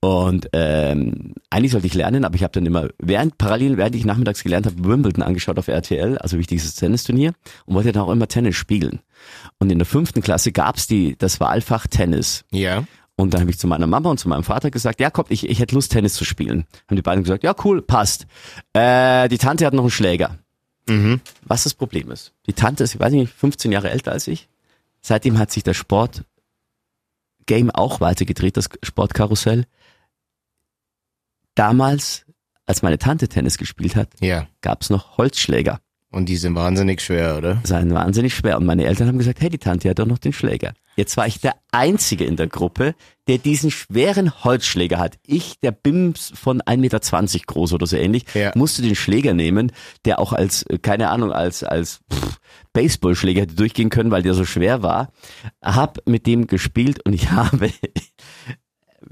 Speaker 1: Und ähm, eigentlich sollte ich lernen, aber ich habe dann immer während parallel, während ich nachmittags gelernt habe, Wimbledon angeschaut auf RTL, also wichtigstes Tennisturnier, und wollte dann auch immer Tennis spiegeln. Und in der fünften Klasse gab's die das Wahlfach Tennis.
Speaker 2: Ja.
Speaker 1: Und dann habe ich zu meiner Mama und zu meinem Vater gesagt, ja komm, ich, ich hätte Lust, Tennis zu spielen. Haben die beiden gesagt, ja cool, passt. Äh, die Tante hat noch einen Schläger.
Speaker 2: Mhm.
Speaker 1: Was das Problem ist. Die Tante ist, ich weiß nicht, 15 Jahre älter als ich. Seitdem hat sich das Sport-Game auch weitergedreht, das Sportkarussell. Damals, als meine Tante Tennis gespielt hat,
Speaker 2: Ja.
Speaker 1: gab's noch Holzschläger.
Speaker 2: Und die sind wahnsinnig schwer, oder?
Speaker 1: Das war wahnsinnig schwer. Und meine Eltern haben gesagt, hey, die Tante hat doch noch den Schläger. Jetzt war ich der Einzige in der Gruppe, der diesen schweren Holzschläger hat. Ich, der Bims von 1,20 Meter groß oder so ähnlich,
Speaker 2: Ja.
Speaker 1: musste den Schläger nehmen, der auch als, äh, keine Ahnung, als, als pff, Baseballschläger hätte durchgehen können, weil der so schwer war. Hab mit dem gespielt und ich habe,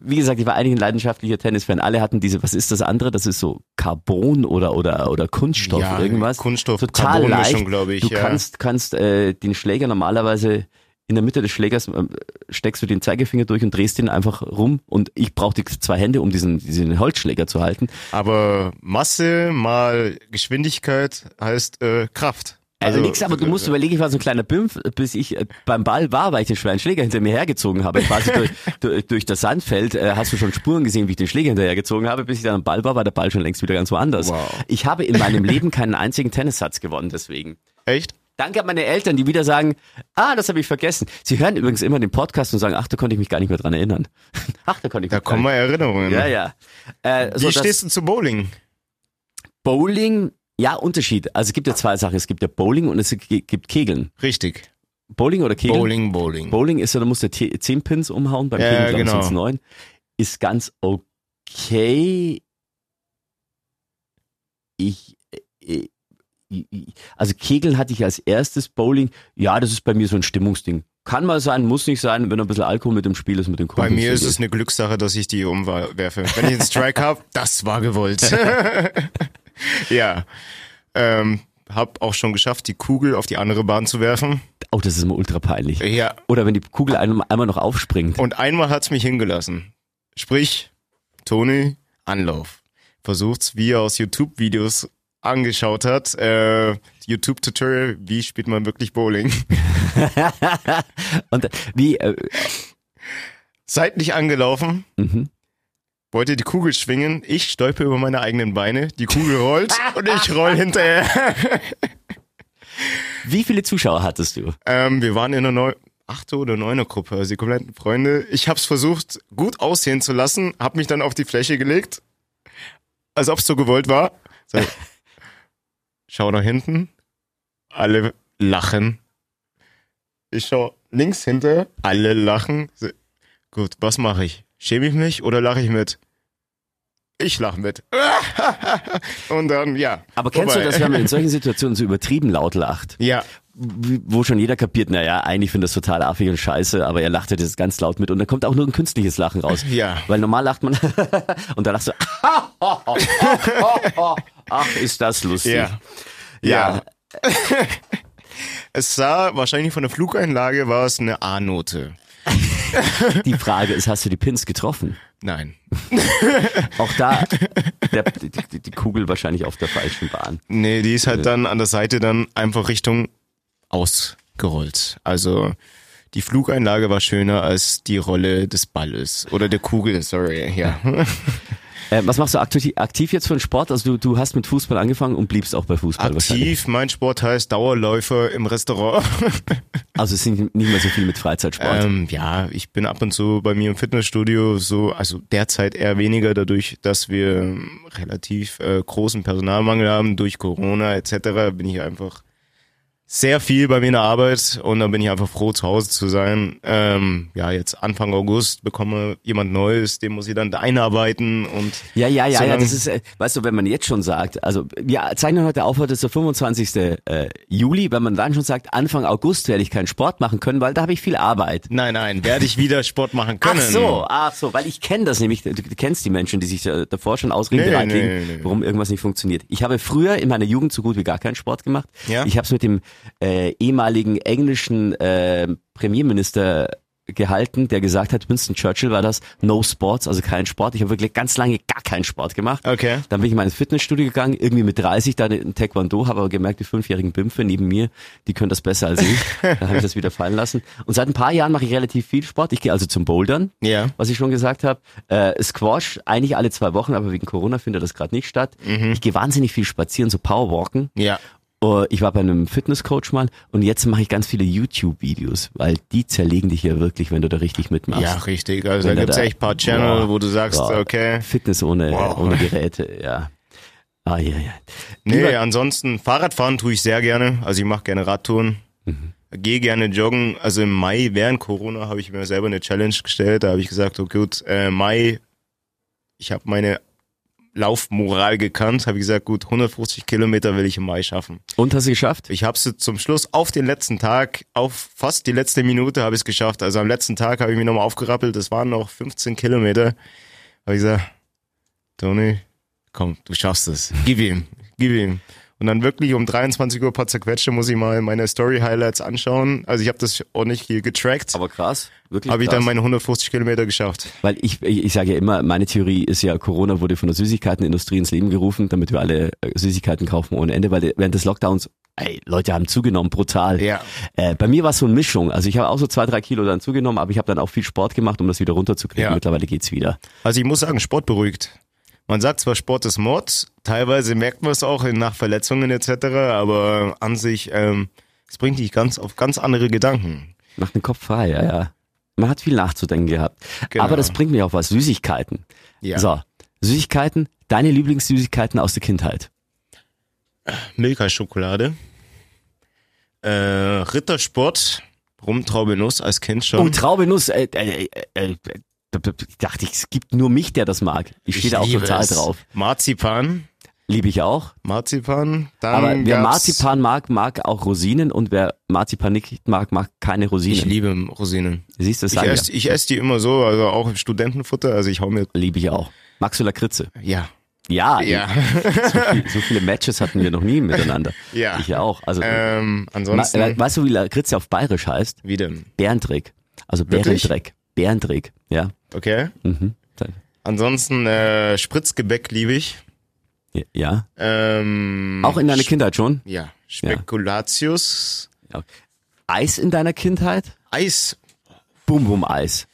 Speaker 1: wie gesagt, ich war eigentlich ein leidenschaftlicher Tennisfan. Alle hatten diese, was ist das andere? Das ist so Carbon oder, oder, oder Kunststoff,
Speaker 2: Ja,
Speaker 1: irgendwas.
Speaker 2: Kunststoff,
Speaker 1: Total
Speaker 2: Carbonmischung,
Speaker 1: leicht.
Speaker 2: glaub ich,
Speaker 1: Du
Speaker 2: ja.
Speaker 1: kannst, kannst äh, den Schläger normalerweise in der Mitte des Schlägers ähm, steckst du den Zeigefinger durch und drehst ihn einfach rum und ich brauchte zwei Hände, um diesen, diesen Holzschläger zu halten.
Speaker 2: Aber Masse mal Geschwindigkeit heißt äh, Kraft.
Speaker 1: Also, nix, aber du musst überlegen, ich war so ein kleiner Bimpf, bis ich äh, beim Ball war, weil ich den schweren Schläger hinter mir hergezogen habe. Quasi durch, durch, durch das Sandfeld äh, hast du schon Spuren gesehen, wie ich den Schläger hinterhergezogen habe. Bis ich dann am Ball war, war der Ball schon längst wieder ganz woanders.
Speaker 2: Wow.
Speaker 1: Ich habe in meinem Leben keinen einzigen Tennissatz gewonnen, deswegen.
Speaker 2: Echt?
Speaker 1: Danke an meine Eltern, die wieder sagen, ah, das habe ich vergessen. Sie hören übrigens immer den Podcast und sagen, ach, da konnte ich mich gar nicht mehr dran erinnern. Ach, da konnte ich mich
Speaker 2: Da
Speaker 1: gar
Speaker 2: kommen mal Erinnerungen.
Speaker 1: nicht. Ja, ja. Äh,
Speaker 2: Wie
Speaker 1: so, das-
Speaker 2: stehst du zu Bowling?
Speaker 1: Bowling, ja, Unterschied. Also es gibt ja zwei Sachen. Es gibt ja Bowling und es ge- gibt Kegeln.
Speaker 2: Richtig.
Speaker 1: Bowling oder Kegeln?
Speaker 2: Bowling, Bowling.
Speaker 1: Bowling ist ja, da musst du 10 Pins umhauen, beim
Speaker 2: Ja,
Speaker 1: Kegeln glaube ich
Speaker 2: genau.
Speaker 1: sind's neun. Ist ganz okay. Ich, äh, ich, ich- also Kegeln hatte ich als erstes, Bowling, ja, das ist bei mir so ein Stimmungsding. Kann mal sein, muss nicht sein, wenn ein bisschen Alkohol mit dem Spiel ist, mit dem
Speaker 2: Bei
Speaker 1: Kumpel.
Speaker 2: mir ist es eine Glückssache, dass ich die umwerfe. Wenn ich einen Strike habe, das war gewollt. ja. Ähm, hab auch schon geschafft, die Kugel auf die andere Bahn zu werfen.
Speaker 1: Oh, das ist immer ultra peinlich.
Speaker 2: Ja.
Speaker 1: Oder wenn die Kugel einem- einmal noch aufspringt.
Speaker 2: Und einmal hat's mich hingelassen. Sprich, Toni, Anlauf. Versucht's, wie er aus YouTube-Videos angeschaut hat. Äh, YouTube-Tutorial, wie spielt man wirklich Bowling?
Speaker 1: Und wie, äh,
Speaker 2: Seitlich angelaufen.
Speaker 1: mhm.
Speaker 2: Wollte die Kugel schwingen, ich stolpe über meine eigenen Beine, die Kugel rollt und ich roll hinterher.
Speaker 1: wie viele Zuschauer hattest du?
Speaker 2: Ähm, wir waren in einer neu achte oder neuner Gruppe, also die kompletten Freunde. Ich habe es versucht, gut aussehen zu lassen, habe mich dann auf die Fläche gelegt, als ob es so gewollt war. So. Schau nach hinten, alle lachen. Ich schau links hinter, alle lachen. So. Gut, was mache ich? Schäme ich mich oder lache ich mit? Ich lache mit. Und dann, ja.
Speaker 1: Aber kennst
Speaker 2: Vorbei.
Speaker 1: du das, wenn man in solchen Situationen so übertrieben laut lacht?
Speaker 2: Ja,
Speaker 1: wo schon jeder kapiert, naja, eigentlich finde das total affig und scheiße, aber er lacht ja das ganz laut mit und da kommt auch nur ein künstliches Lachen raus.
Speaker 2: Ja.
Speaker 1: Weil normal lacht man und da lachst du, ach, ist das lustig.
Speaker 2: ja. Ja. es sah wahrscheinlich von der Flugeinlage war es eine A-Note.
Speaker 1: Die Frage ist, hast du die Pins getroffen?
Speaker 2: Nein.
Speaker 1: Auch da, der, die, die, die Kugel wahrscheinlich auf der falschen Bahn.
Speaker 2: Nee, die ist halt dann an der Seite dann einfach Richtung ausgerollt. Also die Flugeinlage war schöner als die Rolle des Balles oder der Kugel, sorry, ja.
Speaker 1: Äh, was machst du aktiv, aktiv jetzt für einen Sport? Also du, du hast mit Fußball angefangen und bliebst auch bei Fußball wahrscheinlich.
Speaker 2: Aktiv, mein Sport heißt Dauerläufer im Restaurant.
Speaker 1: Also es ist nicht nicht mehr so viel mit Freizeitsport.
Speaker 2: Ähm, ja, ich bin ab und zu bei mir im Fitnessstudio so, also derzeit eher weniger dadurch, dass wir ähm, relativ äh, großen Personalmangel haben durch Corona etc. bin ich einfach sehr viel bei mir in der Arbeit und dann bin ich einfach froh, zu Hause zu sein. Ähm, ja, jetzt Anfang August bekomme jemand Neues, den muss ich dann einarbeiten und
Speaker 1: Ja, ja, ja, ja,
Speaker 2: Solange-
Speaker 1: das ist, äh, weißt du, wenn man jetzt schon sagt, also wir zeichnen heute auf, heute ist der 25. Äh, Juli, wenn man dann schon sagt, Anfang August werde ich keinen Sport machen können, weil da habe ich viel Arbeit.
Speaker 2: nein, nein, werde ich wieder Sport machen können.
Speaker 1: Ach so, ach so, weil ich kenne das nämlich, du, du kennst die Menschen, die sich da- davor schon Ausreden
Speaker 2: Nee,
Speaker 1: bereitlegen,
Speaker 2: nee, nee, nee.
Speaker 1: warum irgendwas nicht funktioniert. Ich habe früher in meiner Jugend so gut wie gar keinen Sport gemacht.
Speaker 2: Ja.
Speaker 1: Ich habe es mit dem äh, ehemaligen englischen äh, Premierminister gehalten, der gesagt hat, Winston Churchill war das, no sports, also kein Sport. Ich habe wirklich ganz lange gar keinen Sport gemacht.
Speaker 2: Okay.
Speaker 1: Dann bin ich in mein Fitnessstudio gegangen, irgendwie mit 30, dann in Taekwondo, habe aber gemerkt, die fünfjährigen Bimpfe neben mir, die können das besser als ich. dann habe ich das wieder fallen lassen. Und seit ein paar Jahren mache ich relativ viel Sport. Ich gehe also zum Bouldern,
Speaker 2: Ja.
Speaker 1: was ich schon gesagt habe. Äh, Squash eigentlich alle zwei Wochen, aber wegen Corona findet das gerade nicht statt.
Speaker 2: Mhm.
Speaker 1: Ich gehe wahnsinnig viel spazieren, so Powerwalken.
Speaker 2: Ja.
Speaker 1: Oh, Ich war bei einem Fitnesscoach mal und jetzt mache ich ganz viele YouTube-Videos, weil die zerlegen dich ja wirklich, wenn du da richtig mitmachst.
Speaker 2: Ja, richtig. Also
Speaker 1: Wenn
Speaker 2: da
Speaker 1: er
Speaker 2: gibt's
Speaker 1: da-
Speaker 2: echt paar Channel,
Speaker 1: Boah.
Speaker 2: wo du sagst,
Speaker 1: Boah.
Speaker 2: okay.
Speaker 1: Fitness ohne,
Speaker 2: Wow.
Speaker 1: ohne Geräte, ja. Ah, ja, ja.
Speaker 2: Nee, ansonsten Fahrradfahren tue ich sehr gerne. Also ich mache gerne Radtouren. Gehe gerne joggen. Also im Mai, während Corona, habe ich mir selber eine Challenge gestellt. Da habe ich gesagt, okay, gut, äh, Mai, ich habe meine Laufmoral gekannt. Habe ich gesagt, gut, 150 Kilometer will ich im Mai schaffen.
Speaker 1: Und hast du geschafft?
Speaker 2: Ich habe es zum Schluss auf den letzten Tag, auf fast die letzte Minute habe ich es geschafft. Also am letzten Tag habe ich mich nochmal aufgerappelt. Das waren noch 15 Kilometer. Habe ich gesagt, Toni, komm, du schaffst es. Gib ihm, gib ihm. Und dann wirklich um 23 Uhr paar zerquetschte muss ich mal meine Story-Highlights anschauen. Also ich habe das ordentlich hier getrackt.
Speaker 1: Aber krass, wirklich.
Speaker 2: Habe ich
Speaker 1: krass.
Speaker 2: dann meine 150 Kilometer geschafft.
Speaker 1: Weil ich, ich, ich sage ja immer, meine Theorie ist ja, Corona wurde von der Süßigkeitenindustrie ins Leben gerufen, damit wir alle äh, Süßigkeiten kaufen ohne Ende, weil de- während des Lockdowns, ey, Leute haben zugenommen, brutal.
Speaker 2: Ja.
Speaker 1: Äh, bei mir war es so eine Mischung. Also ich habe auch so zwei, drei Kilo dann zugenommen, aber ich habe dann auch viel Sport gemacht, um das wieder runterzukriegen.
Speaker 2: Ja.
Speaker 1: Mittlerweile geht's wieder.
Speaker 2: Also ich muss sagen, Sport beruhigt. Man sagt zwar, Sport ist Mord, teilweise merkt man es auch in- nach Verletzungen etc., aber an sich, ähm, es bringt dich ganz auf ganz andere Gedanken.
Speaker 1: Macht den Kopf frei, ja, ja. Man hat viel nachzudenken gehabt.
Speaker 2: Genau.
Speaker 1: Aber das bringt mir auch was. Süßigkeiten.
Speaker 2: Ja.
Speaker 1: So, Süßigkeiten, deine Lieblingssüßigkeiten aus der Kindheit.
Speaker 2: Milka-Schokolade, äh, Rittersport, Rumtraube Nuss als Kind schon.
Speaker 1: Oh, Traube Nuss. Äh, äh, äh, äh, d- d- d- dachte ich, es gibt nur mich, der das mag. Ich stehe da auch
Speaker 2: liebe
Speaker 1: total
Speaker 2: es.
Speaker 1: drauf.
Speaker 2: Marzipan,
Speaker 1: Liebe ich auch.
Speaker 2: Marzipan, dann
Speaker 1: Aber wer
Speaker 2: gab's-
Speaker 1: Marzipan mag, mag auch Rosinen und wer Marzipan nicht mag, mag keine
Speaker 2: Ich
Speaker 1: Rosinen.
Speaker 2: liebe Rosinen.
Speaker 1: Siehst du, das
Speaker 2: Ich
Speaker 1: sage ich.
Speaker 2: esse ich ess die immer so, also auch im Studentenfutter, also ich hau mir,
Speaker 1: ja. Liebe ich auch. Magst du Lakritze?
Speaker 2: ja,
Speaker 1: Ja,
Speaker 2: ja,
Speaker 1: ey, so viele Matches hatten wir noch nie miteinander.
Speaker 2: Ja.
Speaker 1: Ich ja auch. Also,
Speaker 2: ähm,
Speaker 1: ma,
Speaker 2: ansonsten,
Speaker 1: we- weißt du, wie Lakritze auf Bayerisch heißt?
Speaker 2: wie denn?
Speaker 1: Bärendreck. Also
Speaker 2: Wirklich?
Speaker 1: Bärendreck. Bärendreck, ja.
Speaker 2: Okay.
Speaker 1: Mhm.
Speaker 2: Ansonsten äh, Spritzgebäck liebe ich.
Speaker 1: Ja, Ja.
Speaker 2: Ähm,
Speaker 1: Auch in deiner Kindheit schon?
Speaker 2: ja, Spekulatius,
Speaker 1: Ja. Eis in deiner Kindheit?
Speaker 2: Eis.
Speaker 1: Bum-Bum-Eis.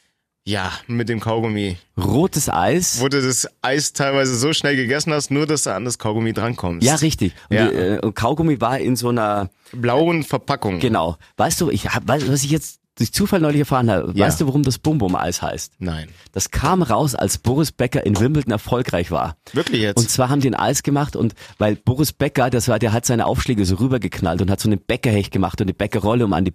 Speaker 2: Ja, mit dem Kaugummi.
Speaker 1: Rotes Eis.
Speaker 2: Wo du das Eis teilweise so schnell gegessen hast, nur dass du an das Kaugummi drankommst.
Speaker 1: Ja, richtig. Und,
Speaker 2: Ja.
Speaker 1: die, äh, und Kaugummi war in so einer,
Speaker 2: Blauen Verpackung.
Speaker 1: genau. Weißt du, ich hab, weißt, du, was ich jetzt durch Zufall neulich erfahren habe,
Speaker 2: Ja.
Speaker 1: weißt du, warum das Bum-Bum-Eis heißt?
Speaker 2: Nein.
Speaker 1: Das kam raus, als Boris Becker in Wimbledon erfolgreich war.
Speaker 2: Wirklich jetzt?
Speaker 1: Und zwar haben die ein Eis gemacht und weil Boris Becker, das war, der hat seine Aufschläge so rübergeknallt und hat so einen Bäckerhecht gemacht und eine Bäckerrolle, um an die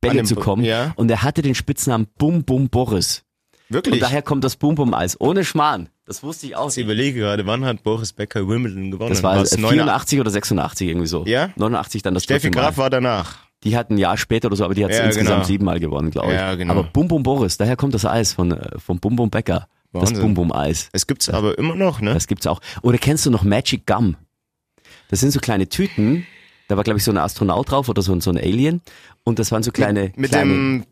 Speaker 1: Bälle
Speaker 2: den
Speaker 1: zu
Speaker 2: Bo-
Speaker 1: kommen.
Speaker 2: ja.
Speaker 1: Und er hatte den Spitznamen Bum Bum Boris.
Speaker 2: Wirklich?
Speaker 1: Und daher kommt das Bum Bum Eis. Ohne Schmarrn. Das wusste ich auch.
Speaker 2: ich überlege gerade, wann hat Boris Becker Wimbledon gewonnen?
Speaker 1: Das war also
Speaker 2: War's 89?
Speaker 1: 84 oder 86 irgendwie so.
Speaker 2: Ja?
Speaker 1: 89 dann das
Speaker 2: Steffi
Speaker 1: dritte Mal.
Speaker 2: Graf war danach.
Speaker 1: Die hat ein Jahr später oder so, aber die hat es
Speaker 2: Ja,
Speaker 1: insgesamt
Speaker 2: genau.
Speaker 1: siebenmal gewonnen, glaube ich.
Speaker 2: Ja, genau.
Speaker 1: Aber Bum Bum Boris, daher kommt das Eis von, äh, von Bum Bum Becker. Das
Speaker 2: Wahnsinn.
Speaker 1: Bum Bum Eis.
Speaker 2: Es gibt's aber immer noch, ne?
Speaker 1: Das gibt's auch. Oder kennst du noch Magic Gum? Das sind so kleine Tüten. Da war, glaube ich, so ein Astronaut drauf oder so, ein- so ein Alien. Und das waren so kleine,
Speaker 2: Mit
Speaker 1: kleine,
Speaker 2: dem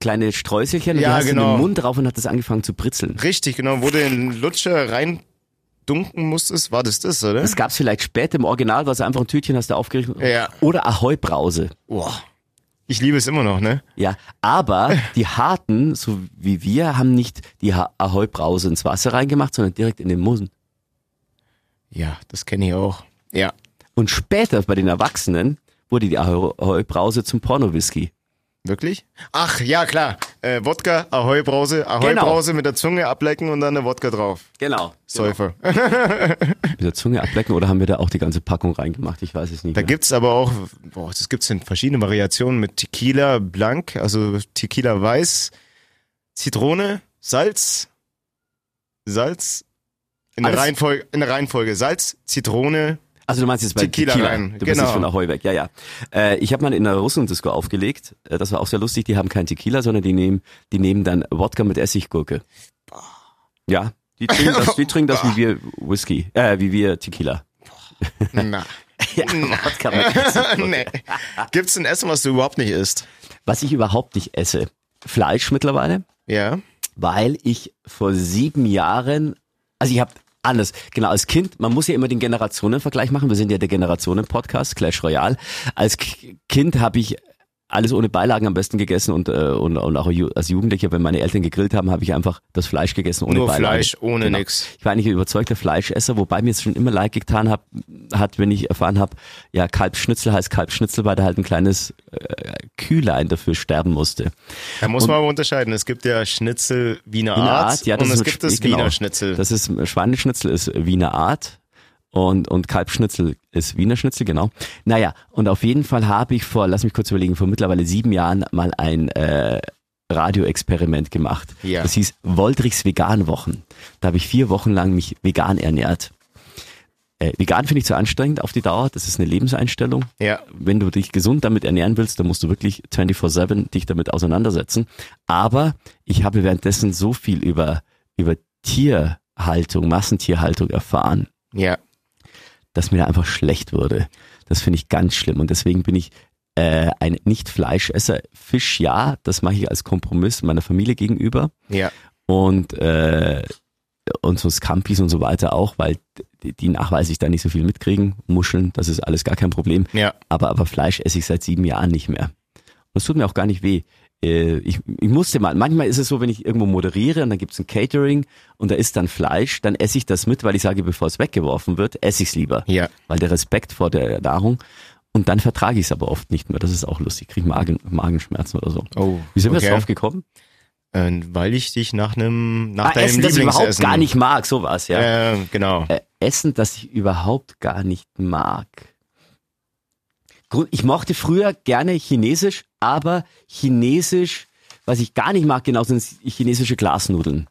Speaker 1: kleine Streuselchen. Und
Speaker 2: Ja,
Speaker 1: die hast du in
Speaker 2: genau.
Speaker 1: den Mund drauf und hat das angefangen zu britzeln.
Speaker 2: richtig genau, wo du den Lutscher reindunken musstest, war das das, oder?
Speaker 1: Das gab's vielleicht später im Original, war es einfach ein Tütchen, hast du aufgerichtet.
Speaker 2: Ja.
Speaker 1: Oder Ahoi Brause.
Speaker 2: Boah. Ich liebe es immer noch, ne?
Speaker 1: Ja, aber die Harten, so wie wir, haben nicht die Ha- Ahoi Brause ins Wasser reingemacht, sondern direkt in den Mund.
Speaker 2: Ja, das kenne ich auch. Ja.
Speaker 1: Und später bei den Erwachsenen wurde die Ahoi Brause zum Porno-Whisky.
Speaker 2: Wirklich? Ach, ja, klar. Äh, Wodka, Ahoi Brause, Ahoi
Speaker 1: Genau.
Speaker 2: Brause mit der Zunge ablecken und dann eine Wodka drauf.
Speaker 1: Genau.
Speaker 2: Säufer.
Speaker 1: Mit der Zunge ablecken oder haben wir da auch die ganze Packung reingemacht? Ich weiß es nicht.
Speaker 2: Da
Speaker 1: mehr.
Speaker 2: gibt's aber auch, boah, das gibt's in verschiedenen Variationen mit Tequila Blank, also Tequila Weiß, Zitrone, Salz, Salz. In der,
Speaker 1: Alles-
Speaker 2: Reihenfolge, in der Reihenfolge Salz, Zitrone.
Speaker 1: Also du meinst jetzt bei
Speaker 2: Tequila
Speaker 1: Tequila.
Speaker 2: rein,
Speaker 1: Du bist
Speaker 2: genau.
Speaker 1: jetzt von Ahoi weg, ja, ja. Äh, ich habe mal in einer Russland-Disco aufgelegt. Äh, Das war auch sehr lustig. Die haben kein Tequila, sondern die nehmen, die nehmen dann Wodka mit Essiggurke. Ja, die trinken das, die trinken das wie wir Whisky, äh, wie wir Tequila.
Speaker 2: Na,
Speaker 1: Ja, Wodka mit Essiggurke.
Speaker 2: nee. Gibt's ein Essen, was du überhaupt nicht isst?
Speaker 1: Was ich überhaupt nicht esse, Fleisch mittlerweile,
Speaker 2: Ja.
Speaker 1: weil ich vor sieben Jahren, also ich habe alles, genau, als Kind, man muss ja immer den Generationenvergleich machen, wir sind ja der Generationen-Podcast, Clash Royale. Als K Kind habe ich alles ohne Beilagen am besten gegessen und, äh, und, und auch ju- als Jugendlicher, wenn meine Eltern gegrillt haben, habe ich einfach das Fleisch gegessen ohne
Speaker 2: Nur
Speaker 1: Beilagen.
Speaker 2: Fleisch, ohne
Speaker 1: Genau.
Speaker 2: nix.
Speaker 1: Ich war eigentlich ein überzeugter Fleischesser, wobei mir es schon immer leid getan hab, hat, wenn ich erfahren habe, ja, Kalbschnitzel heißt Kalbschnitzel, weil da halt ein kleines äh, Kühlein dafür sterben musste.
Speaker 2: Da muss man aber unterscheiden. Es gibt ja Schnitzel Wiener,
Speaker 1: Wiener
Speaker 2: Art,
Speaker 1: Art, ja, das
Speaker 2: und
Speaker 1: ist
Speaker 2: es
Speaker 1: mit
Speaker 2: gibt das
Speaker 1: Sp- genau.
Speaker 2: Wiener Schnitzel.
Speaker 1: Das ist Schweineschnitzel ist Wiener Art und und Kalbschnitzel ist Wiener Schnitzel genau. Naja und auf jeden Fall habe ich vor, lass mich kurz überlegen, vor mittlerweile sieben Jahren mal ein äh, Radioexperiment gemacht.
Speaker 2: Ja.
Speaker 1: Das hieß Woldrichs Veganwochen. Da habe ich vier Wochen lang mich vegan ernährt. Äh, vegan finde ich zu anstrengend auf die Dauer. Das ist eine Lebenseinstellung
Speaker 2: ja.
Speaker 1: wenn du dich gesund damit ernähren willst, dann musst du wirklich 24-7 dich damit auseinandersetzen. Aber ich habe währenddessen so viel über, über Tierhaltung, Massentierhaltung erfahren,
Speaker 2: Ja.
Speaker 1: dass mir da einfach schlecht wurde. Das finde ich ganz schlimm und deswegen bin ich äh, ein Nicht-Fleischesser. Fisch ja, das mache ich als Kompromiss meiner Familie gegenüber
Speaker 2: Ja.
Speaker 1: und, äh, und so Scampis und so weiter auch, weil die, die nachweislich da nicht so viel mitkriegen. Muscheln, das ist alles gar kein Problem.
Speaker 2: Ja.
Speaker 1: Aber, aber Fleisch esse ich seit sieben Jahren nicht mehr. Und es tut mir auch gar nicht weh. Äh, Ich, ich musste mal, manchmal ist es so, wenn ich irgendwo moderiere und dann gibt's ein Catering und da ist dann Fleisch, dann esse ich das mit, weil ich sage, bevor es weggeworfen wird, esse ich's lieber.
Speaker 2: Ja.
Speaker 1: Weil der Respekt vor der Nahrung und dann vertrage ich's aber oft nicht mehr. Das ist auch lustig. Krieg Magen, Magenschmerzen oder so.
Speaker 2: Oh.
Speaker 1: Wie sind wir
Speaker 2: okay.
Speaker 1: jetzt drauf gekommen?
Speaker 2: Äh, weil ich dich nach einem, nach
Speaker 1: Ah,
Speaker 2: deinem
Speaker 1: Essen, das ich
Speaker 2: Lieblingsessen.
Speaker 1: überhaupt gar nicht mag, sowas, ja.
Speaker 2: Äh, genau.
Speaker 1: äh, Essen, das ich überhaupt gar nicht mag. Grund- Ich mochte früher gerne Chinesisch, aber Chinesisch, was ich gar nicht mag, genau sind chinesische Glasnudeln.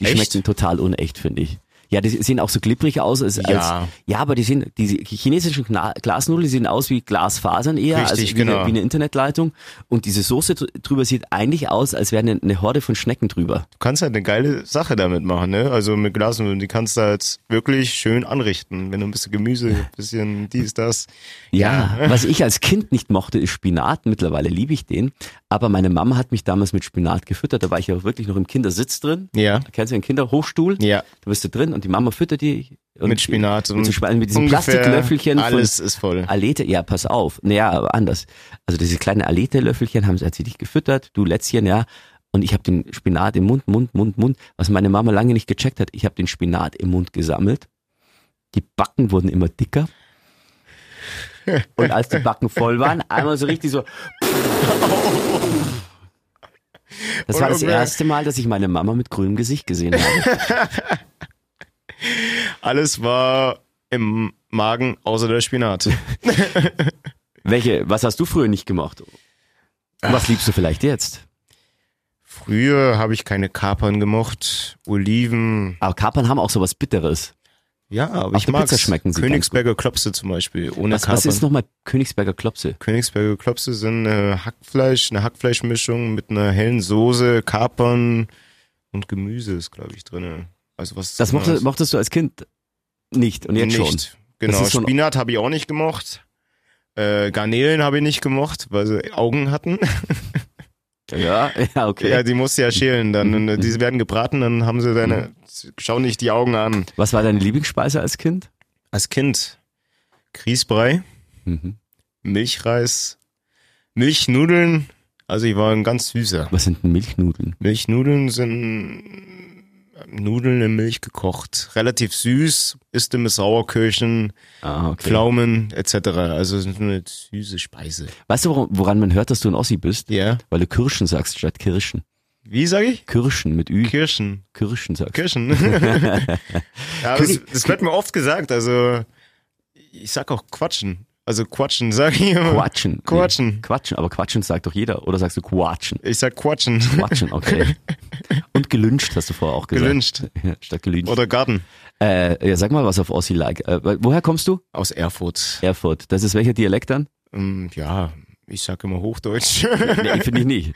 Speaker 1: Die
Speaker 2: Echt?
Speaker 1: schmecken total unecht, finde ich. Ja, die sehen auch so glibberig aus. Als,
Speaker 2: Ja.
Speaker 1: Als, ja, aber die sehen, diese chinesischen Gna- Glasnudeln die sehen aus wie Glasfasern eher, als
Speaker 2: Richtig,
Speaker 1: wie,
Speaker 2: genau.
Speaker 1: eine, wie eine Internetleitung. Und diese Soße dr- drüber sieht eigentlich aus, als wäre eine, eine Horde von Schnecken drüber.
Speaker 2: Du kannst halt eine geile Sache damit machen, ne? Also mit Glasnudeln, die kannst du halt wirklich schön anrichten, wenn du ein bisschen Gemüse, ein bisschen dies, das.
Speaker 1: Ja, was ich als Kind nicht mochte, ist Spinat. Mittlerweile liebe ich den. Aber meine Mama hat mich damals mit Spinat gefüttert. Da war ich ja wirklich noch im Kindersitz drin.
Speaker 2: Ja.
Speaker 1: Da kennst du den Kinderhochstuhl?
Speaker 2: Ja.
Speaker 1: Da bist du drin und die Mama füttert die. Und
Speaker 2: Mit Spinat
Speaker 1: und
Speaker 2: und
Speaker 1: so Spinat, mit diesen
Speaker 2: ungefähr
Speaker 1: Plastiklöffelchen.
Speaker 2: Alles
Speaker 1: von
Speaker 2: ist voll.
Speaker 1: Alete, ja, pass auf. Naja, aber anders. Also diese kleinen Alete-Löffelchen haben sie, hat sie dich gefüttert, du Lätzchen, ja. Und ich habe den Spinat im Mund, Mund, Mund, Mund. Was meine Mama lange nicht gecheckt hat, ich habe den Spinat im Mund gesammelt. Die Backen wurden immer dicker. Und als die Backen voll waren, einmal so richtig so. Das war das
Speaker 2: Und irgendwer-
Speaker 1: erste Mal, dass ich meine Mama mit grünem Gesicht gesehen habe.
Speaker 2: Alles war im Magen außer der Spinat.
Speaker 1: Welche, was hast du früher nicht gemacht? Und Was liebst du vielleicht jetzt?
Speaker 2: Früher habe ich keine Kapern gemocht, Oliven.
Speaker 1: Aber Kapern haben auch sowas Bitteres.
Speaker 2: Ja, aber
Speaker 1: Auf
Speaker 2: ich
Speaker 1: der
Speaker 2: mag's.
Speaker 1: Pizza schmecken sie
Speaker 2: Königsberger Klopse zum Beispiel, ohne
Speaker 1: Was,
Speaker 2: Kapern.
Speaker 1: was ist nochmal Königsberger Klopse?
Speaker 2: Königsberger Klopse sind äh, Hackfleisch, eine Hackfleischmischung mit einer hellen Soße, Kapern und Gemüse ist, glaube ich, drin. Also was
Speaker 1: Das mochte, mochtest du als Kind nicht und jetzt
Speaker 2: nicht.
Speaker 1: schon.
Speaker 2: Genau.
Speaker 1: ist schon-
Speaker 2: Spinat habe ich auch nicht gemocht. Äh, Garnelen habe ich nicht gemocht, weil sie Augen hatten.
Speaker 1: Ja, ja, okay.
Speaker 2: Ja, die musst du ja schälen. Dann, und, äh, diese werden gebraten, dann haben sie deine.
Speaker 1: Mhm.
Speaker 2: Schau nicht die Augen an.
Speaker 1: Was war deine Lieblingsspeise als Kind?
Speaker 2: Als Kind Grießbrei,
Speaker 1: Mhm.
Speaker 2: Milchreis, Milchnudeln. Also ich war ein ganz süßer.
Speaker 1: Was sind denn Milchnudeln?
Speaker 2: Milchnudeln sind äh, Nudeln in Milch gekocht. Relativ süß, isst du mit Sauerkirschen,
Speaker 1: Ah, okay.
Speaker 2: Pflaumen etc. Also es ist eine süße Speise.
Speaker 1: Weißt du, woran, woran man hört, dass du ein Ossi bist?
Speaker 2: Ja.
Speaker 1: Weil du Kirschen sagst statt Kirschen.
Speaker 2: Wie sage ich?
Speaker 1: Kirschen mit Ü.
Speaker 2: Kirschen.
Speaker 1: Kirschen sagst.
Speaker 2: Kirschen. ja, aber das, das wird mir oft gesagt. Also ich sag auch Quatschen. Also Quatschen sage ich immer.
Speaker 1: Quatschen. Nee,
Speaker 2: Quatschen.
Speaker 1: Quatschen, aber Quatschen sagt doch jeder. Oder sagst du Quatschen?
Speaker 2: Ich sag Quatschen.
Speaker 1: Quatschen, okay. Und gelünscht, hast du vorher auch gesagt.
Speaker 2: Gelünscht.
Speaker 1: Ja, statt gelünscht.
Speaker 2: Oder Garten.
Speaker 1: äh, ja, sag mal was auf Ossi-like. Äh, woher kommst du?
Speaker 2: Aus Erfurt.
Speaker 1: Erfurt. Das ist welcher Dialekt dann?
Speaker 2: Ähm, Ja, ich sag immer Hochdeutsch.
Speaker 1: Nee, finde ich nicht.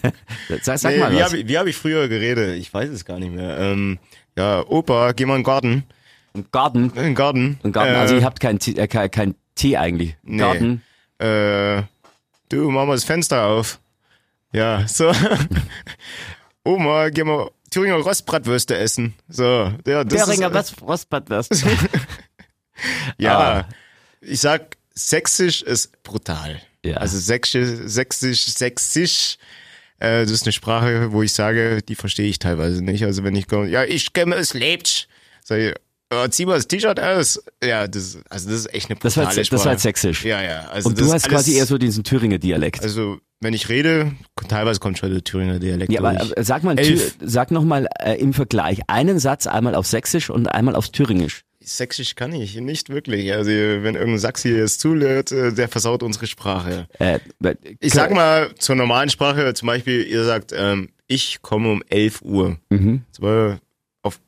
Speaker 1: sag sag
Speaker 2: Nee,
Speaker 1: mal
Speaker 2: wie
Speaker 1: was.
Speaker 2: habe ich, wie hab ich früher geredet? Ich weiß es gar nicht mehr. Ähm, ja, Opa, geh mal in den Garten.
Speaker 1: Im Garten.
Speaker 2: In den Garten.
Speaker 1: Im Garten.
Speaker 2: Äh,
Speaker 1: also ihr habt kein, Tee- äh, kein, kein Tee eigentlich.
Speaker 2: Nee.
Speaker 1: Garten.
Speaker 2: äh, du, mach mal das Fenster auf. Ja, so. Oma, geh mal Thüringer Rostbratwürste essen. So, ja, das
Speaker 1: Thüringer
Speaker 2: ist, äh,
Speaker 1: was, Rostbad, was?
Speaker 2: Ja, ich sag, sächsisch ist brutal.
Speaker 1: Ja.
Speaker 2: Also sächsisch, sächsisch, sächsisch. äh, Das ist eine Sprache, wo ich sage, die verstehe ich teilweise nicht. Also wenn ich komme, ja, ich kenne es lebt, sag ich, äh, zieh mal das T-Shirt aus. Ja, das, also das ist echt eine
Speaker 1: Das
Speaker 2: brutale
Speaker 1: war, jetzt-
Speaker 2: Sprache.
Speaker 1: das war jetzt sächsisch.
Speaker 2: Ja, ja. Also
Speaker 1: Und du
Speaker 2: das ist
Speaker 1: hast
Speaker 2: alles-
Speaker 1: quasi eher so diesen Thüringer Dialekt.
Speaker 2: Also wenn ich rede, teilweise kommt schon der Thüringer Dialekt
Speaker 1: ja, aber
Speaker 2: durch.
Speaker 1: äh, sag mal, Thü-
Speaker 2: Elf.
Speaker 1: sag noch mal äh, im Vergleich einen Satz einmal auf Sächsisch und einmal auf Thüringisch.
Speaker 2: Sächsisch kann ich nicht wirklich. Also wenn irgendein Sachs hier es zuhört, äh, der versaut unsere Sprache.
Speaker 1: Äh, weil-
Speaker 2: Ich sag mal zur normalen Sprache, zum Beispiel, ihr sagt, ähm, ich komme um 11 Uhr.
Speaker 1: Mhm.
Speaker 2: Zwar auf,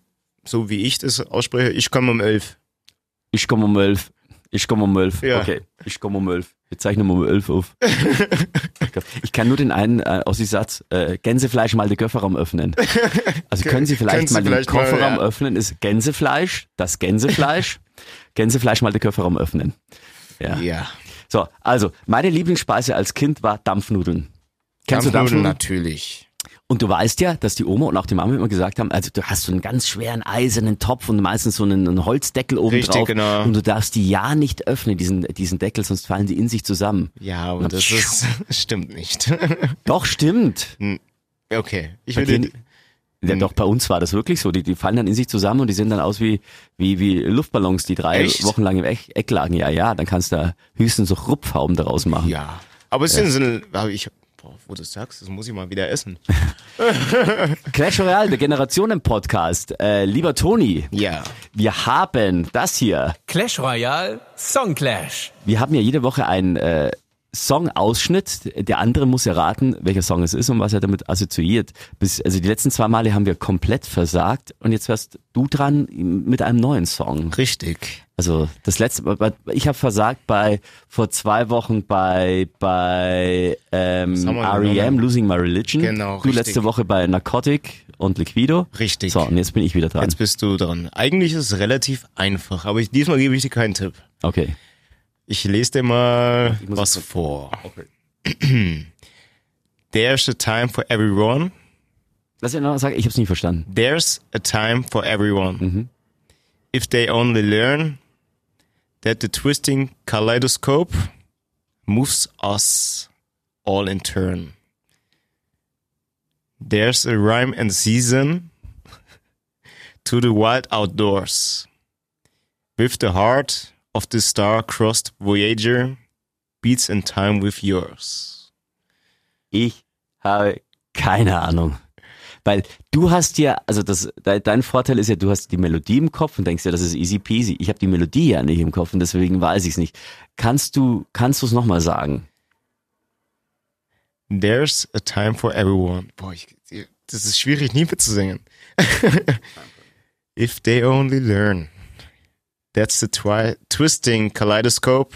Speaker 2: so wie ich das ausspreche, ich komme um 11.
Speaker 1: ich komme um elf. Ich komme um elf.
Speaker 2: Ja.
Speaker 1: Okay, ich komme um elf. Wir zeichnen um elf auf. ich kann nur den einen äh, aus dem Satz äh, Gänsefleisch mal den Kofferraum öffnen. Also können Sie vielleicht
Speaker 2: können Sie
Speaker 1: mal
Speaker 2: vielleicht
Speaker 1: den
Speaker 2: mal,
Speaker 1: Kofferraum
Speaker 2: ja.
Speaker 1: öffnen? Ist Gänsefleisch das Gänsefleisch? Gänsefleisch mal den Kofferraum öffnen. Ja.
Speaker 2: Ja.
Speaker 1: So, also meine Lieblingsspeise als Kind war Dampfnudeln. Kennst du
Speaker 2: Dampfnudeln
Speaker 1: Dampfnudeln?
Speaker 2: natürlich.
Speaker 1: Und du weißt ja, dass die Oma und auch die Mama immer gesagt haben, also du hast so einen ganz schweren eisernen Topf und meistens so einen, einen Holzdeckel oben
Speaker 2: Richtig,
Speaker 1: drauf.
Speaker 2: genau.
Speaker 1: Und du darfst die ja nicht öffnen, diesen, diesen Deckel, sonst fallen die in sich zusammen.
Speaker 2: Ja, aber das ist, stimmt nicht.
Speaker 1: Doch, stimmt.
Speaker 2: Okay. Ich
Speaker 1: Bei
Speaker 2: würde,
Speaker 1: denen- Ja, doch, bei uns war das wirklich so. Die, die fallen dann in sich zusammen und die sehen dann aus wie, wie, wie Luftballons, die drei
Speaker 2: Echt?
Speaker 1: Wochen lang im Eck, Eck lagen. Ja, ja, dann kannst du da höchstens so Rupfhauben daraus machen.
Speaker 2: ja. Aber es sind so eine, aber ich, boah, wo du es sagst, das muss ich mal wieder essen.
Speaker 1: Clash Royale, der Generationen-Podcast. Äh, lieber Toni,
Speaker 2: Ja.
Speaker 1: wir haben das hier.
Speaker 3: Clash Royale Song Clash.
Speaker 1: Wir haben ja jede Woche einen äh, Song-Ausschnitt. Der andere muss erraten, welcher Song es ist und was er damit assoziiert. Bis, also die letzten zwei Male haben wir komplett versagt und jetzt wärst du dran mit einem neuen Song.
Speaker 2: Richtig.
Speaker 1: Also das letzte Mal, ich habe versagt bei vor zwei Wochen bei bei ähm,
Speaker 2: haben wir
Speaker 1: REM
Speaker 2: denn genommen?
Speaker 1: Losing My Religion.
Speaker 2: Genau,
Speaker 1: du
Speaker 2: richtig.
Speaker 1: letzte Woche bei Narcotic und Liquido.
Speaker 2: Richtig.
Speaker 1: So und jetzt bin ich wieder dran.
Speaker 2: Jetzt bist du dran. Eigentlich ist es relativ einfach, aber ich, diesmal gebe ich dir keinen Tipp.
Speaker 1: Okay.
Speaker 2: Ich lese dir mal was vor. There's a time for everyone.
Speaker 1: Lass mich noch sagen, ich habe es nicht verstanden.
Speaker 2: There's a time for everyone. If they only learn that the twisting kaleidoscope moves us all in turn. There's a rhyme and season to the wild outdoors. With the heart of the star-crossed voyager beats in time with yours.
Speaker 1: Ich habe keine Ahnung. Weil du hast ja, also das, de- dein Vorteil ist ja, du hast die Melodie im Kopf und denkst ja, das ist easy peasy. Ich habe die Melodie ja nicht im Kopf und deswegen weiß ich es nicht. Kannst du, kannst du es nochmal sagen?
Speaker 2: There's a time for everyone. Boah, ich, das ist schwierig, nie mitzusingen. If they only learn. That's the twi twisting kaleidoscope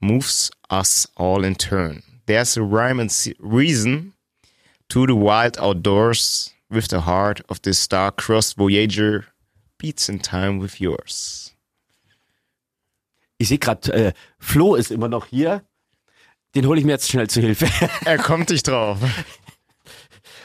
Speaker 2: moves us all in turn. There's a rhyme and se- reason to the wild outdoors with the heart of this star-crossed voyager beats in time with yours.
Speaker 1: Ich sehe gerade, äh, Flo ist immer noch hier. Den hole ich mir jetzt schnell zu Hilfe.
Speaker 2: Er kommt nicht drauf.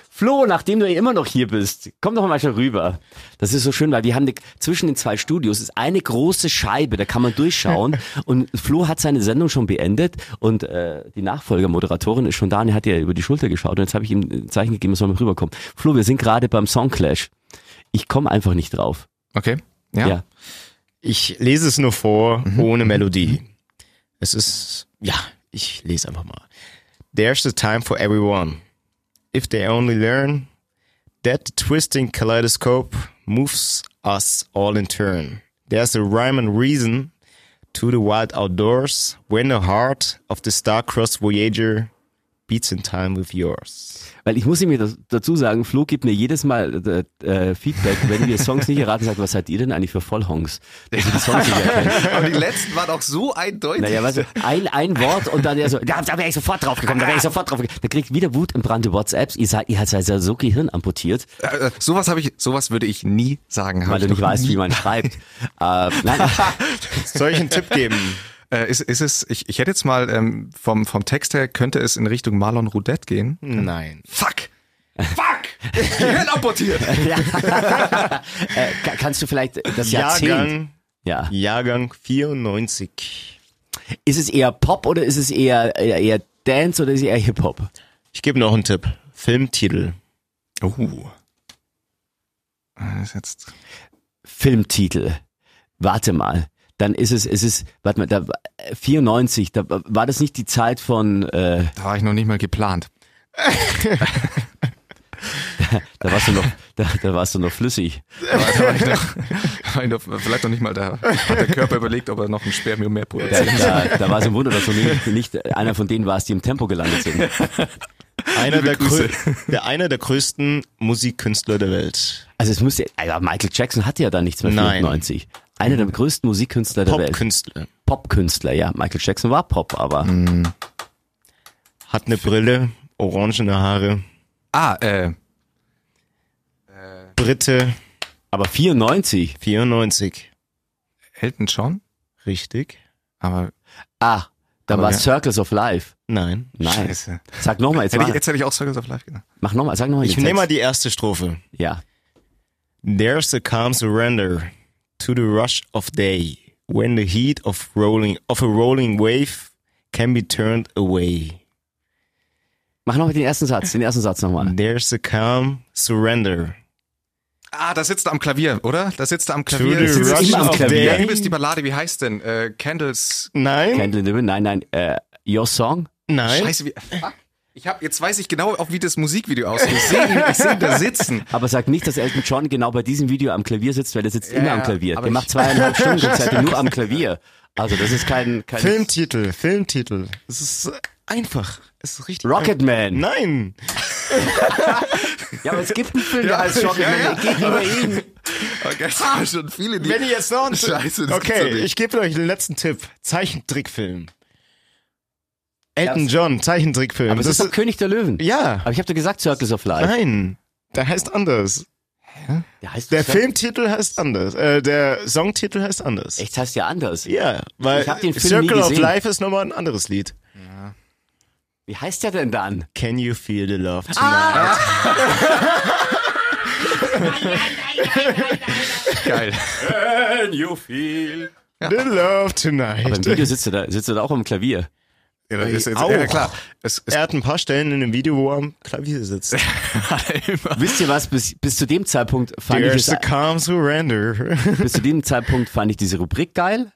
Speaker 1: Flo, nachdem du ja immer noch hier bist, komm doch mal schon rüber. Das ist so schön, weil wir haben die, zwischen den zwei Studios ist eine große Scheibe, da kann man durchschauen. Und Flo hat seine Sendung schon beendet und äh, die Nachfolgermoderatorin ist schon da und er hat ja über die Schulter geschaut und jetzt habe ich ihm ein Zeichen gegeben, er soll mal rüberkommen. Flo, wir sind gerade beim Song Clash. ich komme einfach nicht drauf.
Speaker 6: Okay. Ja.
Speaker 1: Ja.
Speaker 2: Ich lese es nur vor, ohne Melodie. Es ist, ja, ich lese einfach mal. There's a time for everyone. If they only learn that the twisting kaleidoscope moves us all in turn. There's a rhyme and reason to the wild outdoors when the heart of the star-crossed voyager beats in time with yours.
Speaker 1: Weil ich muss ihm das- dazu sagen, Flo gibt mir jedes Mal äh, äh, Feedback, wenn wir Songs nicht erraten, sagt, was seid ihr denn eigentlich für Vollhongs? Dass ihr die Songs nicht erkennt.
Speaker 6: Aber die letzten waren auch so eindeutig.
Speaker 1: Naja, weißt du, ein, ein Wort und dann der so, da, da wäre ich sofort drauf gekommen, da wäre ich sofort drauf gekommen. Da kriegt wieder Wut im Brand WhatsApps, ihr seid, ihr seid ja so Gehirn amputiert,
Speaker 6: Äh, sowas habe ich, sowas würde ich nie sagen. hab
Speaker 1: weil du
Speaker 6: ich
Speaker 1: nicht
Speaker 6: noch
Speaker 1: weißt,
Speaker 6: nie.
Speaker 1: wie man schreibt. äh, nein,
Speaker 2: Soll ich einen Tipp geben?
Speaker 6: Äh, ist, ist es, ich, ich hätte jetzt mal ähm, vom, vom Text her, könnte es in Richtung Marlon Roudette gehen.
Speaker 1: Hm.
Speaker 2: Nein.
Speaker 6: Fuck! Fuck! Gehirn amputiert!
Speaker 1: äh, ka- kannst du vielleicht das Jahrzehnt?
Speaker 2: Jahrgang,
Speaker 1: Ja.
Speaker 2: Jahrgang 94.
Speaker 1: Ist es eher Pop oder ist es eher, eher, eher Dance oder ist es eher Hip-Hop?
Speaker 2: Ich gebe noch einen Tipp. Filmtitel.
Speaker 6: Oh. Das ist jetzt.
Speaker 1: Filmtitel. Warte mal. Dann ist es, ist es, warte mal, da, 94, da war das nicht die Zeit von, äh,
Speaker 6: Da war ich noch nicht mal geplant.
Speaker 1: da warst du noch, da, da warst du noch flüssig.
Speaker 6: Da war, da war ich noch, da war ich noch, vielleicht noch nicht mal da. Hat der Körper überlegt, ob er noch ein Spermium mehr
Speaker 1: Da,
Speaker 6: produziert.
Speaker 1: da, da war es ein Wunder, dass du nicht, nicht einer von denen warst, die im Tempo gelandet sind.
Speaker 2: Einer der,
Speaker 6: Grüße.
Speaker 2: grö- der einer der größten Musikkünstler der Welt.
Speaker 1: Also es müsste, also Michael Jackson hatte ja da nichts mehr
Speaker 2: Nein.
Speaker 1: 94. Einer der größten Musikkünstler der Welt.
Speaker 2: Popkünstler.
Speaker 1: Popkünstler, ja. Michael Jackson war Pop, aber
Speaker 2: Hat eine Brille, orangene Haare,
Speaker 6: Ah, äh,
Speaker 2: Brite,
Speaker 1: aber 94.
Speaker 2: 94.
Speaker 6: Elton John?
Speaker 2: Richtig?
Speaker 6: Aber
Speaker 1: Ah, da
Speaker 6: Aber
Speaker 1: war
Speaker 6: wer-
Speaker 1: Circles of Life.
Speaker 2: Nein.
Speaker 1: Nein.
Speaker 6: Scheiße.
Speaker 1: Sag nochmal, jetzt,
Speaker 6: Hätte ich,
Speaker 1: mach,
Speaker 6: jetzt hätte ich auch Circles of Life gedacht.
Speaker 1: mach nochmal, sag nochmal.
Speaker 2: Ich nehme mal die erste Strophe.
Speaker 1: Ja.
Speaker 2: There's a calm surrender to the rush of day, when the heat of rolling of a rolling wave can be turned away.
Speaker 1: Mach nochmal den ersten Satz, den ersten Satz nochmal.
Speaker 6: Mhm.
Speaker 2: There's a calm surrender
Speaker 6: Ah, da sitzt er am Klavier, oder? Da sitzt er am
Speaker 2: to
Speaker 6: Klavier.
Speaker 2: the
Speaker 6: Das ist
Speaker 1: Rush
Speaker 2: rush
Speaker 1: immer am
Speaker 2: of
Speaker 1: Klavier.
Speaker 6: ja,
Speaker 2: day.
Speaker 6: übelst die Ballade, wie heißt denn? Äh, Candles.
Speaker 2: Nein,
Speaker 1: Candle in the Wind, nein, nein, äh, Your Song?
Speaker 2: nein.
Speaker 6: Scheiße, wie. Fuck. Ich hab, jetzt weiß ich genau, auch wie das Musikvideo aussieht. Ich sehe ihn, ich seh ihn da sitzen.
Speaker 1: Aber sag nicht, dass Elton John genau bei diesem Video am Klavier sitzt, weil er sitzt immer
Speaker 6: ja,
Speaker 1: am Klavier.
Speaker 6: aber
Speaker 1: Der
Speaker 6: ich-
Speaker 1: macht zweieinhalb Stunden Konzerte nur am Klavier. Also das ist kein, kein
Speaker 2: Filmtitel, Filmtitel. Es ist äh, einfach. Es ist richtig.
Speaker 1: Rocketman.
Speaker 2: Nein.
Speaker 1: Ja, aber es gibt einen Film, der heißt Rocketman.
Speaker 6: ja, ja.
Speaker 1: Geht über ihn.
Speaker 6: Okay, es waren schon viele, die.
Speaker 2: Wenn ihr jetzt noch einen
Speaker 6: Scheiße, das gibt's
Speaker 2: Okay,
Speaker 6: doch nicht.
Speaker 2: ich gebe euch den letzten Tipp. Zeichentrickfilm. Elton John, Zeichentrickfilm.
Speaker 1: Aber es ist doch König der Löwen.
Speaker 2: ja,
Speaker 1: Aber ich habe doch gesagt Circles of Life.
Speaker 2: nein. Der heißt anders.
Speaker 1: Der, heißt
Speaker 2: Der
Speaker 1: doch-
Speaker 2: Filmtitel heißt anders. Äh, der Songtitel heißt anders.
Speaker 1: Echt, heißt ja anders.
Speaker 2: Ja, weil
Speaker 1: Ich hab den Film nie
Speaker 2: Circle of
Speaker 1: gesehen.
Speaker 2: Life ist nochmal ein anderes Lied.
Speaker 1: Wie heißt der denn dann?
Speaker 2: Can you feel the love tonight?
Speaker 6: Geil.
Speaker 2: The love
Speaker 1: Beim Video
Speaker 2: tonight.
Speaker 1: sitzt er da, sitzt er da auch am Klavier.
Speaker 6: Ja, das ist jetzt,
Speaker 2: Au.
Speaker 6: ja klar. Es, es
Speaker 2: Er hat ein paar Stellen in dem Video, wo er am Klavier sitzt.
Speaker 1: Wisst ihr was? Bis, bis zu dem Zeitpunkt fand ich
Speaker 2: There's
Speaker 1: es
Speaker 2: a calm surrender.
Speaker 1: bis zu diesem Zeitpunkt fand ich diese Rubrik geil.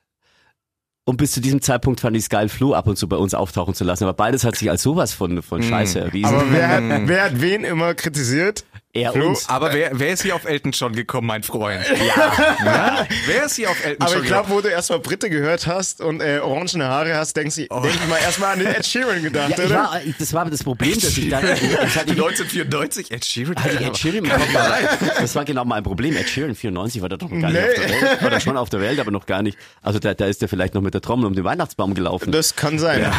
Speaker 1: Und bis zu diesem Zeitpunkt fand ich es geil, Flo ab und zu bei uns auftauchen zu lassen. Aber beides hat sich als sowas von,
Speaker 6: Hm.
Speaker 1: von Scheiße erwiesen.
Speaker 2: Aber wer hat, wer hat wen immer kritisiert?
Speaker 1: er
Speaker 2: Flo,
Speaker 1: uns.
Speaker 6: aber wer, wer ist hier auf Elton John gekommen, mein Freund? Ja. Wer ist hier auf Elton
Speaker 2: Aber
Speaker 6: John
Speaker 2: ich glaube, wo du erstmal Britte gehört hast und äh, orangene Haare hast, denkst du, denk ich mal erstmal an den Ed Sheeran gedacht,
Speaker 1: Ja, ich
Speaker 2: oder?
Speaker 1: war, das war das Problem, dass ich dann. Ich, hatte, ich,
Speaker 6: 1994, Ed Sheeran.
Speaker 1: hatte ich Ed Sheeran im Kopf, aber das war genau mein Problem. Ed Sheeran 94 war da doch noch gar nicht
Speaker 2: Nee.
Speaker 1: auf der Welt. Oder schon auf der Welt, aber noch gar nicht. Also da, da ist er vielleicht noch mit der Trommel um den Weihnachtsbaum gelaufen.
Speaker 2: Das kann sein.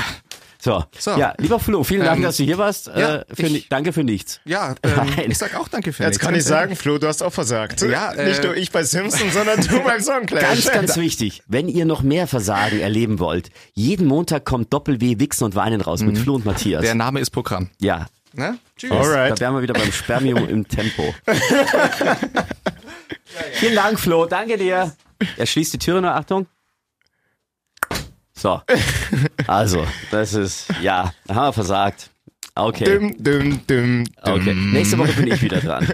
Speaker 1: So.
Speaker 6: So.
Speaker 1: Ja, lieber Flo, vielen Dank,
Speaker 6: Ähm,
Speaker 1: dass du hier warst.
Speaker 6: ja,
Speaker 1: äh, für,
Speaker 6: ich-
Speaker 1: danke für nichts.
Speaker 6: Ja, ähm,
Speaker 1: Nein.
Speaker 6: ich sag auch danke für
Speaker 2: Jetzt
Speaker 6: nichts,
Speaker 2: kann ich
Speaker 6: ganz ehrlich.
Speaker 2: sagen, Flo, du hast auch versagt.
Speaker 6: Ja, äh,
Speaker 2: Nicht nur ich bei Simpson, sondern du beim Songclash.
Speaker 1: Ganz, ganz wichtig, wenn ihr noch mehr Versagen erleben wollt, jeden Montag kommt Doppel-W Wichsen und Weinen raus mit Flo und Matthias.
Speaker 6: Der Name ist Programm.
Speaker 1: ja,
Speaker 6: Ne? Tschüss.
Speaker 1: da
Speaker 2: Alright.
Speaker 1: wären wir wieder beim Spermium im Tempo. Vielen Dank, Flo. Danke dir. Er schließt die Türe noch. Achtung. So. Also, das ist, ja, da haben wir versagt. Okay.
Speaker 2: Düm, düm, düm, düm.
Speaker 1: Okay. Nächste Woche bin ich wieder dran.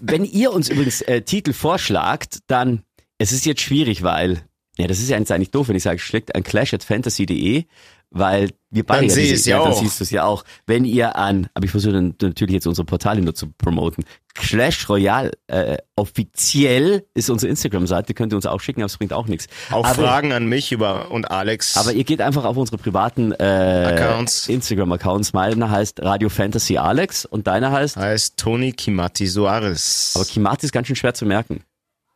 Speaker 1: Wenn ihr uns übrigens äh, Titel vorschlagt, dann, es ist jetzt schwierig, weil, ja, das ist ja jetzt eigentlich doof, wenn ich sage, schlägt an clash.fantasy.de, weil wir beide
Speaker 2: Dann
Speaker 1: ja
Speaker 2: sehe
Speaker 1: diese-
Speaker 2: ich's ja
Speaker 1: dann
Speaker 2: auch.
Speaker 1: siehst du es ja auch. Wenn ihr an, aber ich versuche dann natürlich jetzt unsere Portale nur zu promoten. Clash Royale äh, offiziell ist unsere Instagram-Seite, könnt ihr uns auch schicken, aber es bringt auch nichts.
Speaker 2: Auch
Speaker 1: aber,
Speaker 2: Fragen an mich über und Alex.
Speaker 1: aber ihr geht einfach auf unsere privaten äh,
Speaker 2: Accounts.
Speaker 1: Instagram-Accounts. Meiner heißt Radio Fantasy Alex und deiner heißt
Speaker 2: heißt Toni Kimati Soares.
Speaker 1: Aber Kimati ist ganz schön schwer zu merken.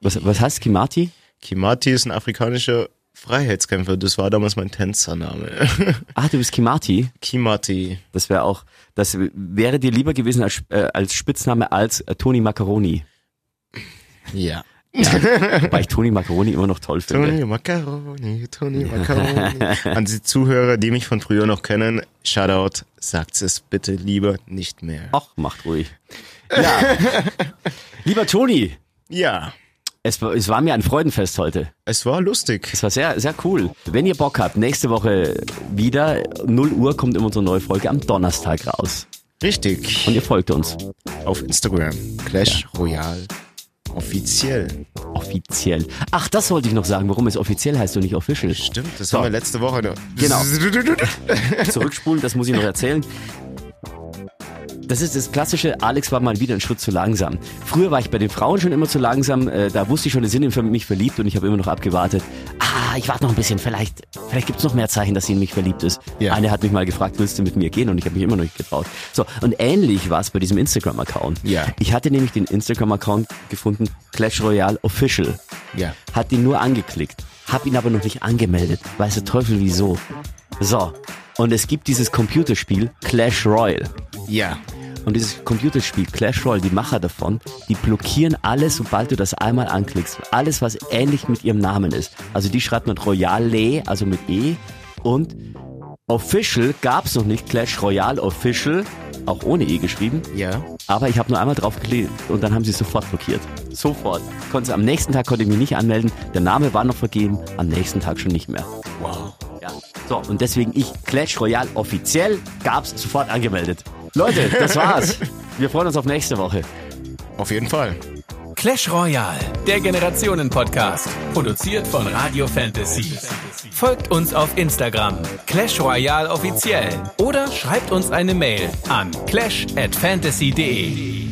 Speaker 1: Was, was heißt Kimati?
Speaker 2: Kimati ist ein afrikanischer Freiheitskämpfer. Das war damals mein Tänzername.
Speaker 1: Ach, Ah, du bist Kimati.
Speaker 2: Kimati.
Speaker 1: Das wäre auch, das wäre dir lieber gewesen als, äh, als Spitzname als äh, Toni Macaroni.
Speaker 2: Ja.
Speaker 1: Wobei ich Toni Macaroni immer noch toll finde.
Speaker 2: Toni Macaroni, Toni Macaroni. An die Zuhörer, die mich von früher noch kennen, Shoutout, sagt es bitte lieber nicht mehr.
Speaker 1: Ach, macht ruhig. Ja. Lieber Toni,
Speaker 2: Ja,
Speaker 1: es, war- es war mir ein Freudenfest heute.
Speaker 2: es war lustig.
Speaker 1: Es war sehr, sehr cool. Wenn ihr Bock habt, nächste Woche wieder, 0 Uhr kommt immer unsere neue Folge am Donnerstag raus.
Speaker 2: Richtig.
Speaker 1: Und ihr folgt uns.
Speaker 2: Auf Instagram, Clash Royale. Offiziell.
Speaker 1: Offiziell. Ach, das wollte ich noch sagen, warum es offiziell heißt und nicht official.
Speaker 2: Stimmt, das
Speaker 1: So.
Speaker 2: haben wir letzte Woche noch.
Speaker 1: Genau. zurückspulen, das muss ich noch erzählen. Das ist das klassische, Alex war mal wieder einen Schritt zu langsam. Früher war ich bei den Frauen schon immer zu langsam, äh, da wusste ich schon, die sind in mich verliebt und ich habe immer noch abgewartet. Ah, ich warte noch ein bisschen, vielleicht, vielleicht gibt's noch mehr Zeichen, dass sie in mich verliebt ist.
Speaker 2: Ja.
Speaker 1: Eine hat mich mal gefragt, willst du mit mir gehen? Und ich habe mich immer noch nicht getraut. So, und ähnlich war es bei diesem Instagram-Account.
Speaker 2: Ja.
Speaker 1: Ich hatte nämlich den Instagram-Account gefunden, Clash Royale Official
Speaker 2: Ja.
Speaker 1: hat ihn nur angeklickt, hab ihn aber noch nicht angemeldet. Weiß der Teufel wieso. So, und es gibt dieses Computerspiel Clash Royale.
Speaker 2: Ja.
Speaker 1: Und dieses Computerspiel Clash Royale, die Macher davon, die blockieren alles, sobald du das einmal anklickst. Alles, was ähnlich mit ihrem Namen ist. Also die schreibt man Royale, also mit E. Und Official gab's noch nicht, Clash Royale Official, auch ohne E geschrieben.
Speaker 2: Ja.
Speaker 1: Aber ich habe nur einmal drauf geklickt und dann haben sie es sofort blockiert. Sofort. Konnte, am nächsten Tag konnte ich mich nicht anmelden. Der Name war noch vergeben, am nächsten Tag schon nicht mehr.
Speaker 2: Wow.
Speaker 1: Ja. So, und deswegen ich, Clash Royale offiziell, gab's sofort angemeldet. Leute, das war's. Wir freuen uns auf nächste Woche.
Speaker 2: Auf jeden Fall.
Speaker 3: Clash Royale, der Generationen-Podcast. Produziert von Radio Fantasy. Folgt uns auf Instagram, Clash Royale offiziell. Oder schreibt uns eine Mail an clash@fantasy.de.